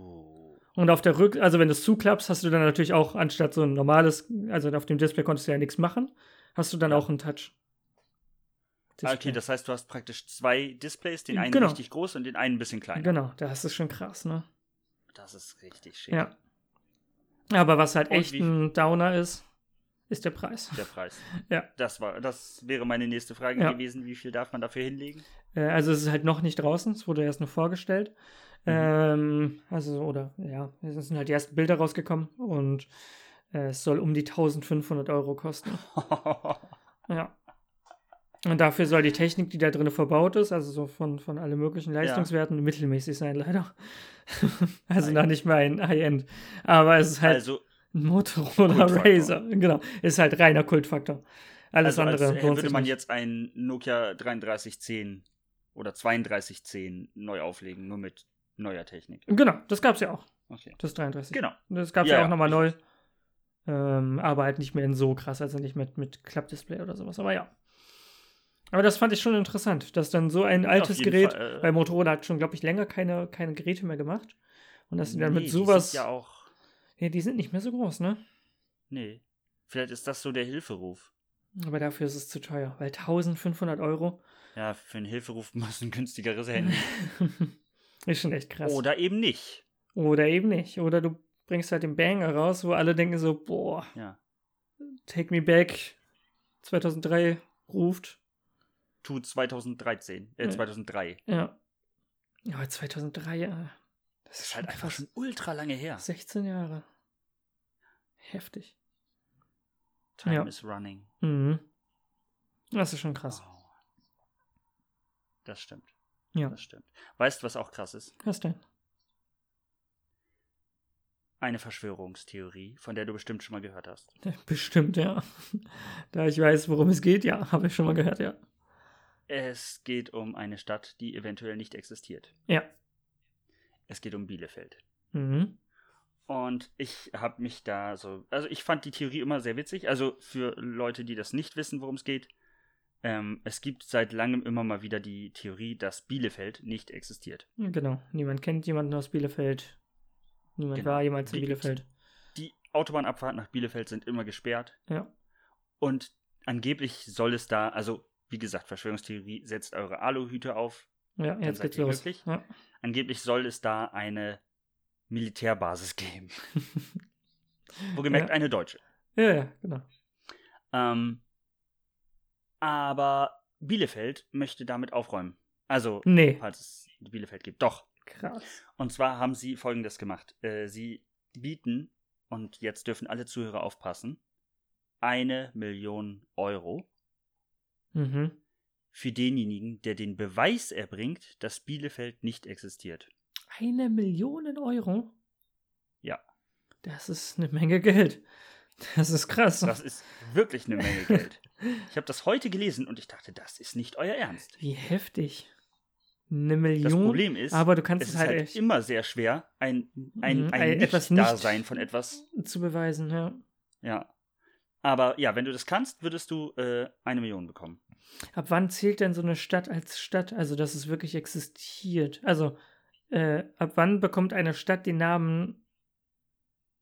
Und auf der Rück, also wenn du es zuklappst, hast du dann natürlich auch, anstatt so ein normales, also auf dem Display konntest du ja nichts machen, hast du dann auch einen Touch. Ah, Okay, das heißt, du hast praktisch zwei Displays, den einen Genau. richtig groß und den einen ein bisschen kleiner. Genau, das ist schon krass, ne? Das ist richtig schick. Ja. Aber was halt Und echt wie- ein Downer ist, ist der Preis. Der Preis. Ja. Das, war, das wäre meine nächste Frage Ja. gewesen. Wie viel darf man dafür hinlegen? Äh, also es ist halt noch nicht draußen, es wurde erst nur vorgestellt. Mhm. Ähm, also, oder ja, es sind halt die ersten Bilder rausgekommen und äh, es soll um die 1500 Euro kosten. Halt Ja. Und dafür soll die Technik, die da drin verbaut ist, also so von, von allen möglichen Leistungswerten, mittelmäßig sein, leider. also Nein. noch nicht mal ein High-End. Aber es ist halt also, ein Motorola Kultfaktor. Razer. Genau. Ist halt reiner Kultfaktor. Alles also andere als lohnt würde sich man nicht. jetzt ein Nokia 3310 oder 3210 neu auflegen, nur mit neuer Technik. Genau, das gab's ja auch. Okay. Das 33. Genau. Das gab's Ja, ja, ja, auch nochmal ich neu. Ähm, aber halt nicht mehr in so krass, also nicht mit, mit Klappdisplay oder sowas. Aber ja. Aber das fand ich schon interessant, dass dann so ein altes jeden Gerät, Fall, äh, weil Motorola hat schon, glaube ich, länger keine, keine Geräte mehr gemacht. Und dass sie dann Nee, mit die sind sowas. ja auch. ja, die sind nicht mehr so groß, ne? Nee. Vielleicht ist das so der Hilferuf. Aber dafür ist es zu teuer, weil 1500 Euro Ja, für einen Hilferuf muss ein günstigeres Handy. ist schon echt krass. Oder eben nicht. Oder eben nicht. Oder du bringst halt den Banger raus, wo alle denken so, boah, Ja. Take Me Back 2003 ruft. Tu 2013, äh, Ja. 2003. Ja. Ja, Aber 2003, äh, das Das ist ist halt einfach krass. schon ultra lange her. 16 Jahre. Heftig. Time Ja. is running. Mhm. Das ist schon krass. Oh. Das stimmt. Ja. Das stimmt. Weißt du, was auch krass ist? Was denn? Eine Verschwörungstheorie, von der du bestimmt schon mal gehört hast. Bestimmt, ja. Da ich weiß, worum es geht, ja, habe ich schon mal gehört, ja. Es geht um eine Stadt, die eventuell nicht existiert. Ja. Es geht um Bielefeld. Mhm. Und ich habe mich da so. Also, ich fand die Theorie immer sehr witzig. Also, für Leute, die das nicht wissen, worum es geht. Ähm, es gibt seit langem immer mal wieder die Theorie, dass Bielefeld nicht existiert. Genau. Niemand kennt jemanden aus Bielefeld. Niemand Genau. war jemals in Die- Bielefeld. Die Autobahnabfahrten nach Bielefeld sind immer gesperrt. Ja. Und angeblich soll es da, also wie gesagt, Verschwörungstheorie, setzt eure Aluhüte auf. Ja, jetzt seid geht's ihr los. glücklich. Ja. Angeblich soll es da eine Militärbasis geben. Wo gemerkt Ja. eine deutsche. ja, ja, genau. Ähm, aber Bielefeld möchte damit aufräumen. Also, Nee. falls es Bielefeld gibt. Doch. Krass. Und zwar haben sie folgendes gemacht. Äh, sie bieten, und jetzt dürfen alle Zuhörer aufpassen, eine Million Euro Mhm. für denjenigen, der den Beweis erbringt, dass Bielefeld nicht existiert. Eine Million Euro? Ja. Das ist eine Menge Geld. Das ist krass. Das ist wirklich eine Menge Geld. Ich habe das heute gelesen und ich dachte, das ist nicht euer Ernst. Wie heftig. Eine Das Million. Problem ist, aber du kannst es es, ist halt, halt echt immer sehr schwer, ein, ein, ein Mhm, ein- nicht etwas nicht- Dasein von etwas. zu beweisen, ja. Ja. Aber ja, wenn du das kannst, würdest du äh, eine Million bekommen. Ab wann zählt denn so eine Stadt als Stadt? Also, dass es wirklich existiert. Also, äh, ab wann bekommt eine Stadt den Namen.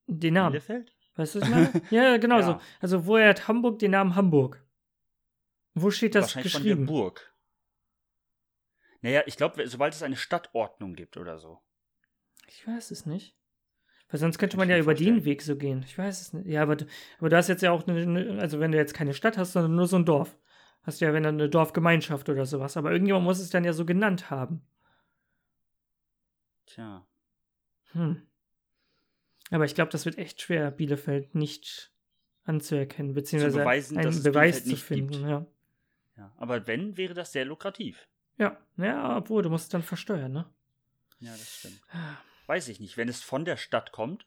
Den Namen? Bielefeld? Weißt du, was ich meine? ja, genau so. Ja. Also, woher hat Hamburg den Namen Hamburg? Wo steht das Wahrscheinlich von geschrieben? der Burg. Naja, ich glaube, sobald es eine Stadtordnung gibt oder so. Ich weiß es nicht. Weil sonst könnte Kann man ich ja mir über den vorstellen. Weg so gehen. Ich weiß es nicht. Ja, aber, du- aber du hast jetzt ja auch, eine- eine, also wenn du jetzt keine Stadt hast, sondern nur so ein Dorf. Hast du ja, wenn dann eine Dorfgemeinschaft oder sowas. Aber irgendjemand muss es dann ja so genannt haben. Tja. Hm. Aber ich glaube, das wird echt schwer, Bielefeld nicht anzuerkennen, beziehungsweise beweisen, dass einen es Bielefeld Beweis zu nicht finden. gibt. Ja. ja. Aber wenn, wäre das sehr lukrativ. ja, ja, obwohl, du musst es dann versteuern, ne? Ja, das stimmt. Weiß ich nicht. Wenn es von der Stadt kommt,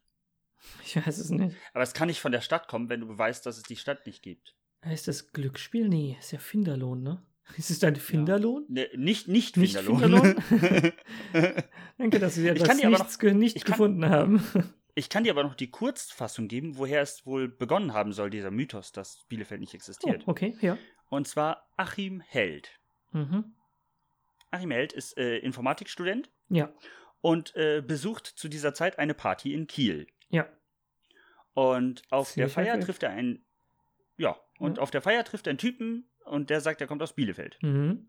Ich weiß es nicht. Aber es kann nicht von der Stadt kommen, wenn du beweist, dass es die Stadt nicht gibt. Heißt das Glücksspiel? Nee, ist ja Finderlohn, ne? Ist es dann Finderlohn? Ne, nicht nicht, Nicht Finderlohn. Danke, dass Sie kann etwas dir aber nichts ge nicht ich kann- gefunden haben. ich kann dir aber noch die Kurzfassung geben, woher es wohl begonnen haben soll, dieser Mythos, dass Bielefeld nicht Oh, existiert. okay, ja. Und zwar Achim Held. Mhm. Achim Held ist äh, Informatikstudent Ja. und äh, besucht zu dieser Zeit eine Party in Kiel. Ja. Und auf der Ziemlich Feier aktiv. trifft er einen. Ja, und Ja. auf der Feier trifft er einen Typen und der sagt, er kommt aus Bielefeld. Mhm.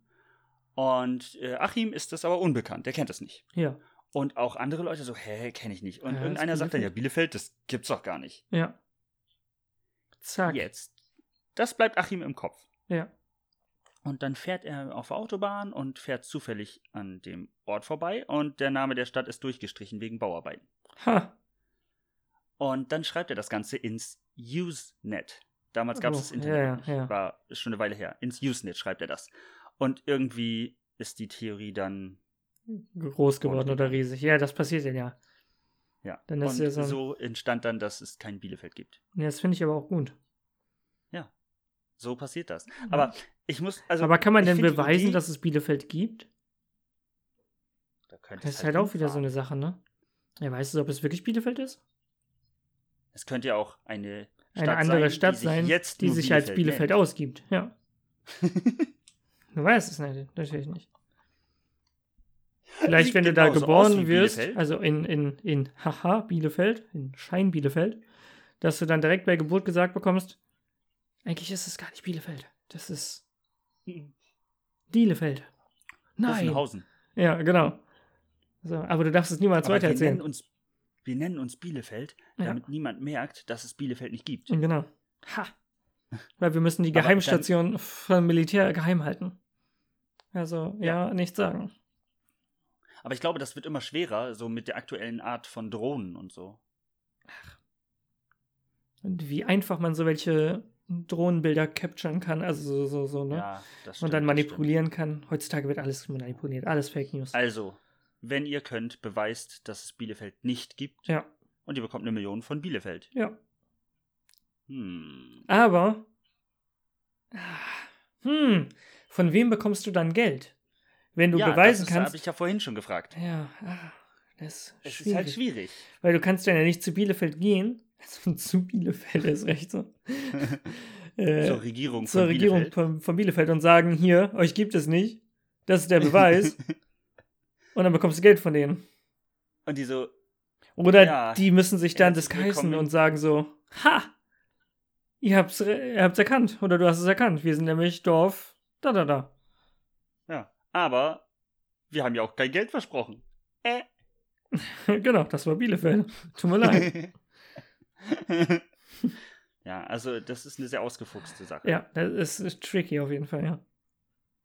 Und äh, Achim ist das aber unbekannt, der kennt das nicht. Ja. Und auch andere Leute so, hä, kenne ich nicht. Und Ja, das irgendeiner sagt dann, ja, Bielefeld. Bielefeld, das gibt's doch gar nicht. Ja. Zack. Jetzt. Das bleibt Achim im Kopf. Ja. Und dann fährt er auf der Autobahn und fährt zufällig an dem Ort vorbei und der Name der Stadt ist durchgestrichen wegen Bauarbeiten. Ha. Und dann schreibt er das Ganze ins Usenet. Damals gab es Oh, das Internet ja, noch nicht. ja. War ist schon eine Weile her. Ins Usenet schreibt er das. Und irgendwie ist die Theorie dann Groß geworden oder riesig. Ja, das passiert denn ja. ja. Dann und ist ja so so, ein- entstand dann, dass es kein Bielefeld gibt. ja das finde ich aber auch gut. So passiert das. Aber ich muss also aber kann man ich denn find die beweisen, Idee- dass es Bielefeld gibt? da könnte Das es ist halt auch wieder so hinfahren. eine Sache, ne? Ja, weißt du, ob es wirklich Bielefeld ist? Es könnte ja auch eine Stadt Eine sein, andere Stadt die sich sein, jetzt die nur sich als Bielefeld nennt. ausgibt. Ja. du weißt es nicht, natürlich nicht. Vielleicht, Sieht wenn du da genauso aus wie geboren wirst, Bielefeld. also in, in, in Haha, Bielefeld, in Schein Bielefeld, dass du dann direkt bei Geburt gesagt bekommst, eigentlich ist es gar nicht Bielefeld. Das ist Hm. Bielefeld. Nein. Offenhausen. Ja, genau. So, aber du darfst es niemals Aber wir weitererzählen. nennen, uns, wir nennen uns Bielefeld, Ja. damit niemand merkt, dass es Bielefeld nicht gibt. Genau. Ha. Weil wir müssen die Aber dann- Geheimstation vom Militär geheim halten. Also, ja, nichts sagen. Aber ich glaube, das wird immer schwerer, so mit der aktuellen Art von Drohnen und so. Und wie einfach man so welche Drohnenbilder capturen kann, also so, so, so, ne? Ja, das stimmt, Und dann das manipulieren kann. Heutzutage wird alles manipuliert, alles Fake News. Stimmt. Also, wenn ihr könnt, beweist, dass es Bielefeld nicht gibt Ja, und ihr bekommt eine Million von Bielefeld. ja. Hm. Aber. Ah, Hm, von wem bekommst du dann Geld? Wenn du ja, beweisen das ist- kannst. habe ich ja vorhin schon gefragt. Ja, ah, das ist Es schwierig. ist halt schwierig. Weil du kannst dann ja nicht zu Bielefeld gehen. Also zu Bielefeld ist recht so. Äh, zur Regierung zur von Regierung Bielefeld. von, von Bielefeld und sagen, hier, euch gibt es nicht. Das ist der Beweis. und dann bekommst du Geld von denen. Und die so, Oder Ja, die müssen sich dann herzlich disguisen willkommen. und sagen so, ha, ihr habt's, re- ihr habt's erkannt. Oder du hast es erkannt. Wir sind nämlich Dorf da, da, da. ja, aber wir haben ja auch kein Geld versprochen. Äh. genau, das war Bielefeld. Tut mir leid. ja, also das ist eine sehr ausgefuchste Sache. Ja, das ist, ist tricky auf jeden Fall, ja.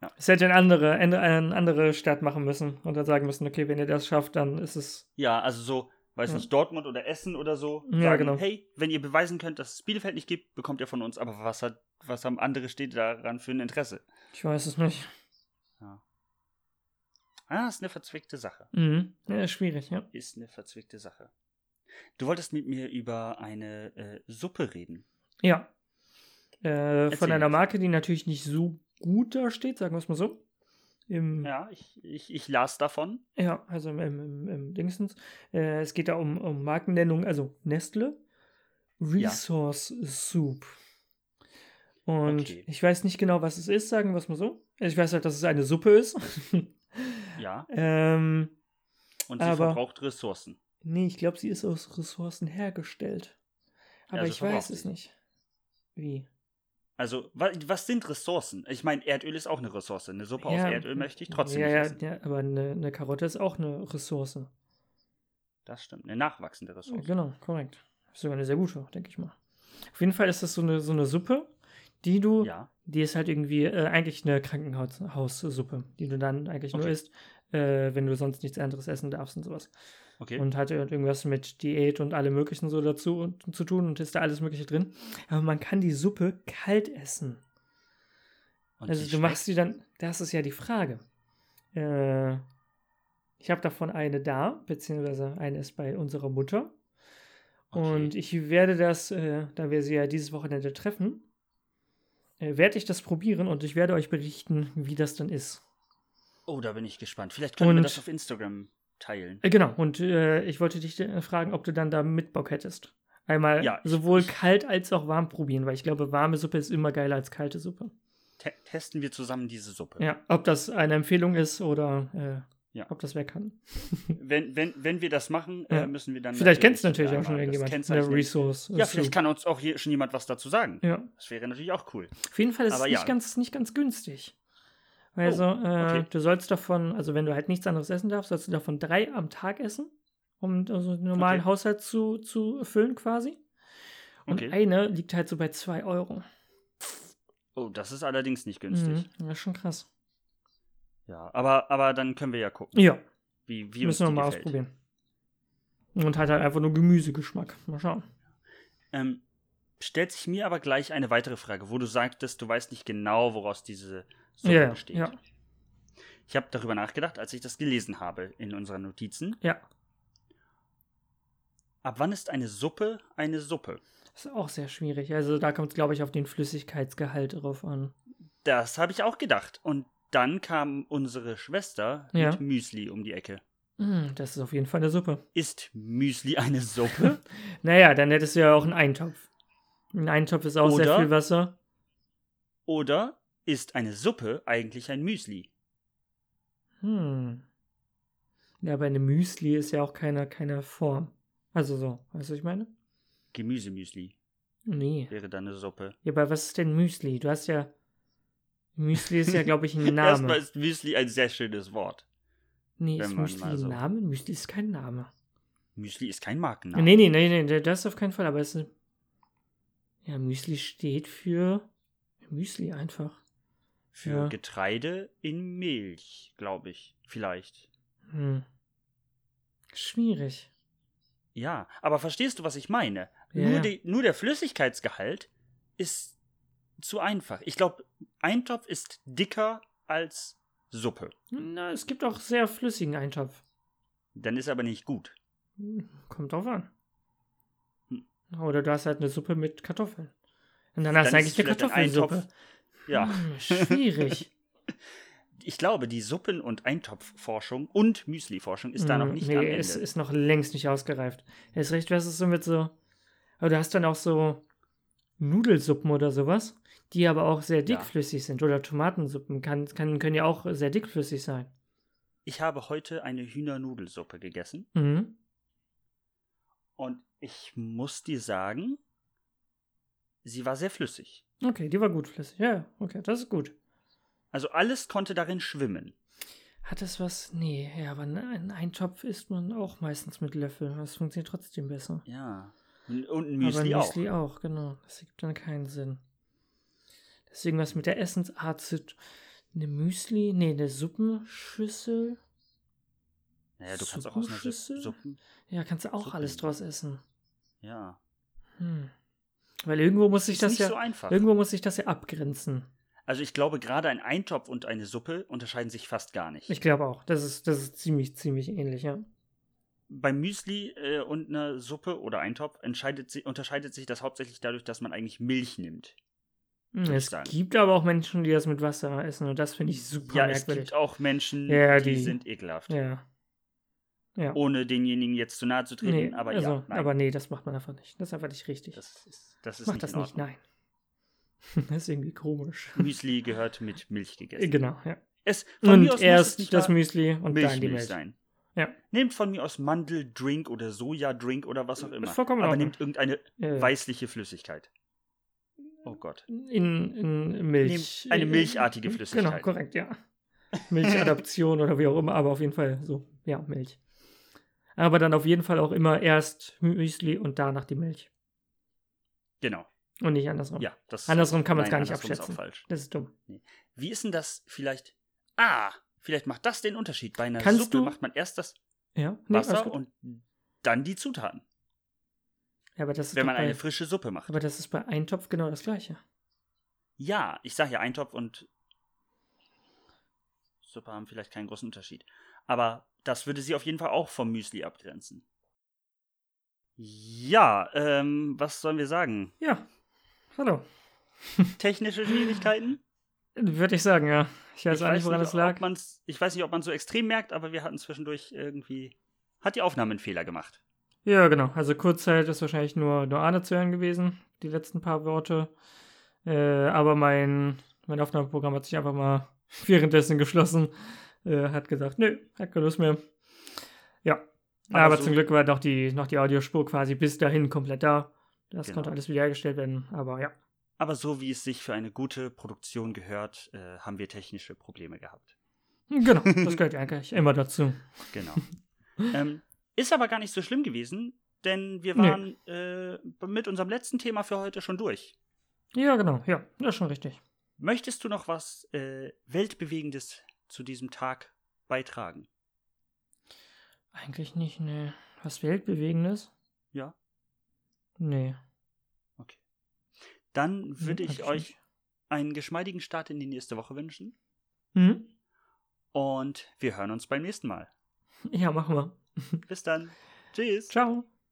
Ja. Es hätte eine andere, eine, eine andere Stadt machen müssen und dann sagen müssen, okay, wenn ihr das schafft, dann ist es. Ja, also so, weiß Ja. nicht, Dortmund oder Essen oder so. Ja, genau. Hey, wenn ihr beweisen könnt, dass es Bielefeld nicht gibt, bekommt ihr von uns. Aber was, hat, was haben andere Städte daran für ein Interesse? Ich weiß es nicht. Ah, ist eine verzwickte Sache. Mhm. Ja, ist schwierig, ja. Ist eine verzwickte Sache. Du wolltest mit mir über eine äh, Suppe reden. Ja. Äh, von Erzähl einer jetzt. Marke, die natürlich nicht so gut da steht, sagen wir es mal so. Im, ja. Ja, ich, ich, ich las davon. also im, im, im, im Dingsens. Äh, es geht da um, um Markennennung, also Nestle. Ja. Resource Soup. Und Okay. ich weiß nicht genau, was es ist, sagen wir es mal so. Ich weiß halt, dass es eine Suppe ist. Ja, Ähm, und sie Aber- verbraucht Ressourcen. nee, ich glaube, sie ist aus Ressourcen hergestellt. Aber Also ich weiß verbraucht es sie. nicht. Wie? Also, wa was sind Ressourcen? Ich meine, Erdöl ist auch eine Ressource. Eine Suppe aus Erdöl möchte ich trotzdem ja, nicht ja, essen. ja, aber eine, eine Karotte ist auch eine Ressource. Das stimmt. Eine nachwachsende Ressource. Genau, korrekt. Ist sogar eine sehr gute, denke ich mal. Auf jeden Fall ist das so eine, so eine Suppe, die du, Ja. die ist halt irgendwie äh, eigentlich eine Krankenhaussuppe, die du dann eigentlich nur Okay. isst, äh, wenn du sonst nichts anderes essen darfst und sowas. Okay. und hat halt irgendwas mit Diät und allem möglichen so dazu und, zu tun und ist da alles mögliche drin. Aber man kann die Suppe kalt essen. Und also die du machst schmeckt- die dann, das ist ja die Frage. Äh, ich habe davon eine da, beziehungsweise eine ist bei unserer Mutter. Okay. Und ich werde das, äh, da wir sie ja dieses Wochenende treffen, äh, werde ich das probieren und ich werde euch berichten, wie das dann ist. Oh, da bin ich gespannt. Vielleicht können wir Und- das auf Instagram teilen. Äh, Genau, und äh, ich wollte dich äh, fragen, ob du dann da mit Bock hättest. Einmal Ja, ich- sowohl ich- kalt als auch warm probieren, weil ich glaube, warme Suppe ist immer geiler als kalte Suppe. Te testen wir zusammen diese Suppe. Ja, ob das eine Empfehlung ist oder äh, Ja. ob das wer kann. Wenn, wenn, wenn wir das machen, Ja. äh, müssen wir dann. Vielleicht kennt es natürlich auch schon einmal das irgendjemand. ne, in Kennzeichen- Der Resource. Ja, dazu. vielleicht kann uns auch hier schon jemand was dazu sagen. ja. Das wäre natürlich auch cool. Auf jeden Fall ist es Aber nicht, ja. Oh, ganz, nicht ganz günstig. Also, äh, okay. du sollst davon, also wenn du halt nichts anderes essen darfst, sollst du davon drei am Tag essen, um also den normalen Okay. Haushalt zu, zu füllen quasi. Und Okay. eine liegt halt so bei zwei Euro. Oh, das ist allerdings nicht günstig. Mhm. Ja, schon krass. Ja, aber, aber dann können wir ja gucken, Ja, wie, wie uns die müssen wir mal gefällt. ausprobieren. Und hat halt einfach nur Gemüsegeschmack. Mal schauen. Ähm, stellt sich mir aber gleich eine weitere Frage, wo du sagtest, du weißt nicht genau, woraus diese Suppe ja, besteht. ja, Ich habe darüber nachgedacht, als ich das gelesen habe in unseren Notizen. ja. Ab wann ist eine Suppe eine Suppe? Ist auch sehr schwierig. Also da kommt es, glaube ich, auf den Flüssigkeitsgehalt drauf an. Das habe ich auch gedacht. Und dann kam unsere Schwester Ja. mit Müsli um die Ecke. Mm, das ist auf jeden Fall eine Suppe. Ist Müsli eine Suppe? Naja, dann hättest du ja auch einen Eintopf. Ein Eintopf ist auch sehr Oder- viel Wasser. Oder ist eine Suppe eigentlich ein Müsli? Hm. Ja, aber eine Müsli ist ja auch keine, keine Form. Also so, weißt du, was ich meine? Gemüsemüsli Nee. wäre dann eine Suppe. Ja, aber was ist denn Müsli? Du hast ja. Müsli ist ja, glaube ich, ein Erstmal Name. ist Müsli ein sehr schönes Wort. Nee, wenn ist man Müsli mal ein so- Name? Müsli ist kein Name. Müsli ist kein Markenname. Nee, nee, nee, nee, das auf keinen Fall, aber es ist. Ja, Müsli steht für. Müsli einfach. Für Ja. Getreide in Milch, glaube ich. Vielleicht. Hm. Schwierig. Ja, aber verstehst du, was ich meine? Ja, ja. Nur, die, nur der Flüssigkeitsgehalt ist zu einfach. Ich glaube, Eintopf ist dicker als Suppe. Na, es gibt auch sehr flüssigen Eintopf. Dann ist aber nicht gut. Hm, Kommt drauf an. Hm. Oder du hast halt eine Suppe mit Kartoffeln. Und dann Dann hast du ist eigentlich es eine vielleicht ein Kartoffelsuppe. Eintopf. Ja. Hm, schwierig. Ich glaube, die Suppen- und Eintopfforschung und Müsli-Forschung ist da noch Hm, nicht nee, am Ende. Es ist noch längst nicht ausgereift. Er ist recht, was ist so mit so. Aber du hast dann auch so Nudelsuppen oder sowas, die aber auch sehr dickflüssig sind. Oder Tomatensuppen kann, kann, können ja auch sehr dickflüssig sein. ich habe heute eine Hühnernudelsuppe gegessen. Mhm. Und ich muss dir sagen, sie war sehr flüssig. Okay, die war gut flüssig. Ja, ja, okay, das ist gut. Also alles konnte darin schwimmen. Hat das was? Nee, ja, aber ne- einen Eintopf isst man auch meistens mit Löffel. Das funktioniert trotzdem besser. Ja. Und ein aber Müsli, ein auch. Müsli auch. genau. Das ergibt dann keinen Sinn. Deswegen was mit der Essensart zu. t- Eine Müsli, nee, eine Suppenschüssel. Naja, du kannst auch aus einer Suppenschüssel? Suppe. Suppen. Ja, kannst du auch Suppen. alles draus essen. Ja. Hm. Weil irgendwo muss sich Ist das nicht ja. so einfach. irgendwo muss sich das ja abgrenzen. Also ich glaube, gerade ein Eintopf und eine Suppe unterscheiden sich fast gar nicht. Ich glaube auch. Das ist, das ist ziemlich, ziemlich ähnlich, ja. Beim Müsli äh, und einer Suppe oder Eintopf entscheidet si unterscheidet sich das hauptsächlich dadurch, dass man eigentlich Milch nimmt. Hm, ich Es sagen. gibt aber auch Menschen, die das mit Wasser essen und das finde ich super ja, es merkwürdig. gibt auch Menschen, Ja, die, die- sind ekelhaft. ja. Ja. Ohne denjenigen jetzt zu nahe zu treten, nee, aber also, ja, nein. aber nee, das macht man einfach nicht. Das ist einfach nicht richtig. das ist, das ist Macht nicht das in nicht, Ordnung. nein. das ist irgendwie komisch. Müsli gehört mit Milch gegessen. genau, ja. Es, von mir aus Und muss es erst nicht das mal Müsli und dann die Milchmilch Milch. sein. Ja. Nehmt von mir aus Mandeldrink oder Sojadrink oder was auch immer. vollkommen in aber Ordnung. nehmt irgendeine Äh, weißliche Flüssigkeit. Oh Gott. in, in Milch. Nehmt eine äh, milchartige Genau, Flüssigkeit. korrekt, ja. Milchadaption oder wie auch immer, aber auf jeden Fall so, ja, Milch. Aber dann auf jeden Fall auch immer erst Müsli und danach die Milch. Genau. Und nicht andersrum. Ja, das Andersrum kann man es nein, gar nicht andersrum ist auch abschätzen. falsch. Das ist dumm. Wie ist denn das vielleicht? Ah, vielleicht macht das den Unterschied. Bei einer Kannst Suppe du- macht man erst das Ja, nee, alles Wasser gut. und dann die Zutaten, ja aber das ist wenn doch man bei, eine frische Suppe macht. Aber das ist bei Eintopf genau das gleiche. Ja, ich sage ja Eintopf und Suppe haben vielleicht keinen großen Unterschied. Aber das würde sie auf jeden Fall auch vom Müsli abgrenzen. Ja, ähm, was sollen wir sagen? Ja. Hallo. Technische Schwierigkeiten? Würde ich sagen, ja. Ich weiß Ich auch weiß nicht, woran nicht, es lag. ob man's- Ich weiß nicht, ob man so extrem merkt, aber wir hatten zwischendurch irgendwie. Hat die Aufnahme einen Fehler gemacht? Ja, genau. Also Kurzzeit ist wahrscheinlich nur, nur Arne zu hören gewesen, die letzten paar Worte. Äh, aber mein, mein Aufnahmeprogramm hat sich einfach mal währenddessen geschlossen. äh, hat gesagt, nö, hat keine Lust mehr. Ja. Aber Aber, so- zum Glück war noch die, noch die Audiospur quasi bis dahin komplett da. Das Genau. konnte alles wiederhergestellt werden, aber ja. Aber so wie es sich für eine gute Produktion gehört, äh, haben wir technische Probleme gehabt. Genau, das gehört ja eigentlich immer dazu. Genau. ähm, ist aber gar nicht so schlimm gewesen, denn wir Nee. waren äh, mit unserem letzten Thema für heute schon durch. Ja, genau, ja, das ist schon richtig. Möchtest du noch was äh, Weltbewegendes zu diesem Tag beitragen? Eigentlich nicht, ne. Was Weltbewegendes? Ja. Nee. Dann nee, würde hab ich euch einen geschmeidigen Start in die nächste Woche wünschen Hm? und wir hören uns beim nächsten Mal. Ja, machen wir. Bis dann. Tschüss. Ciao.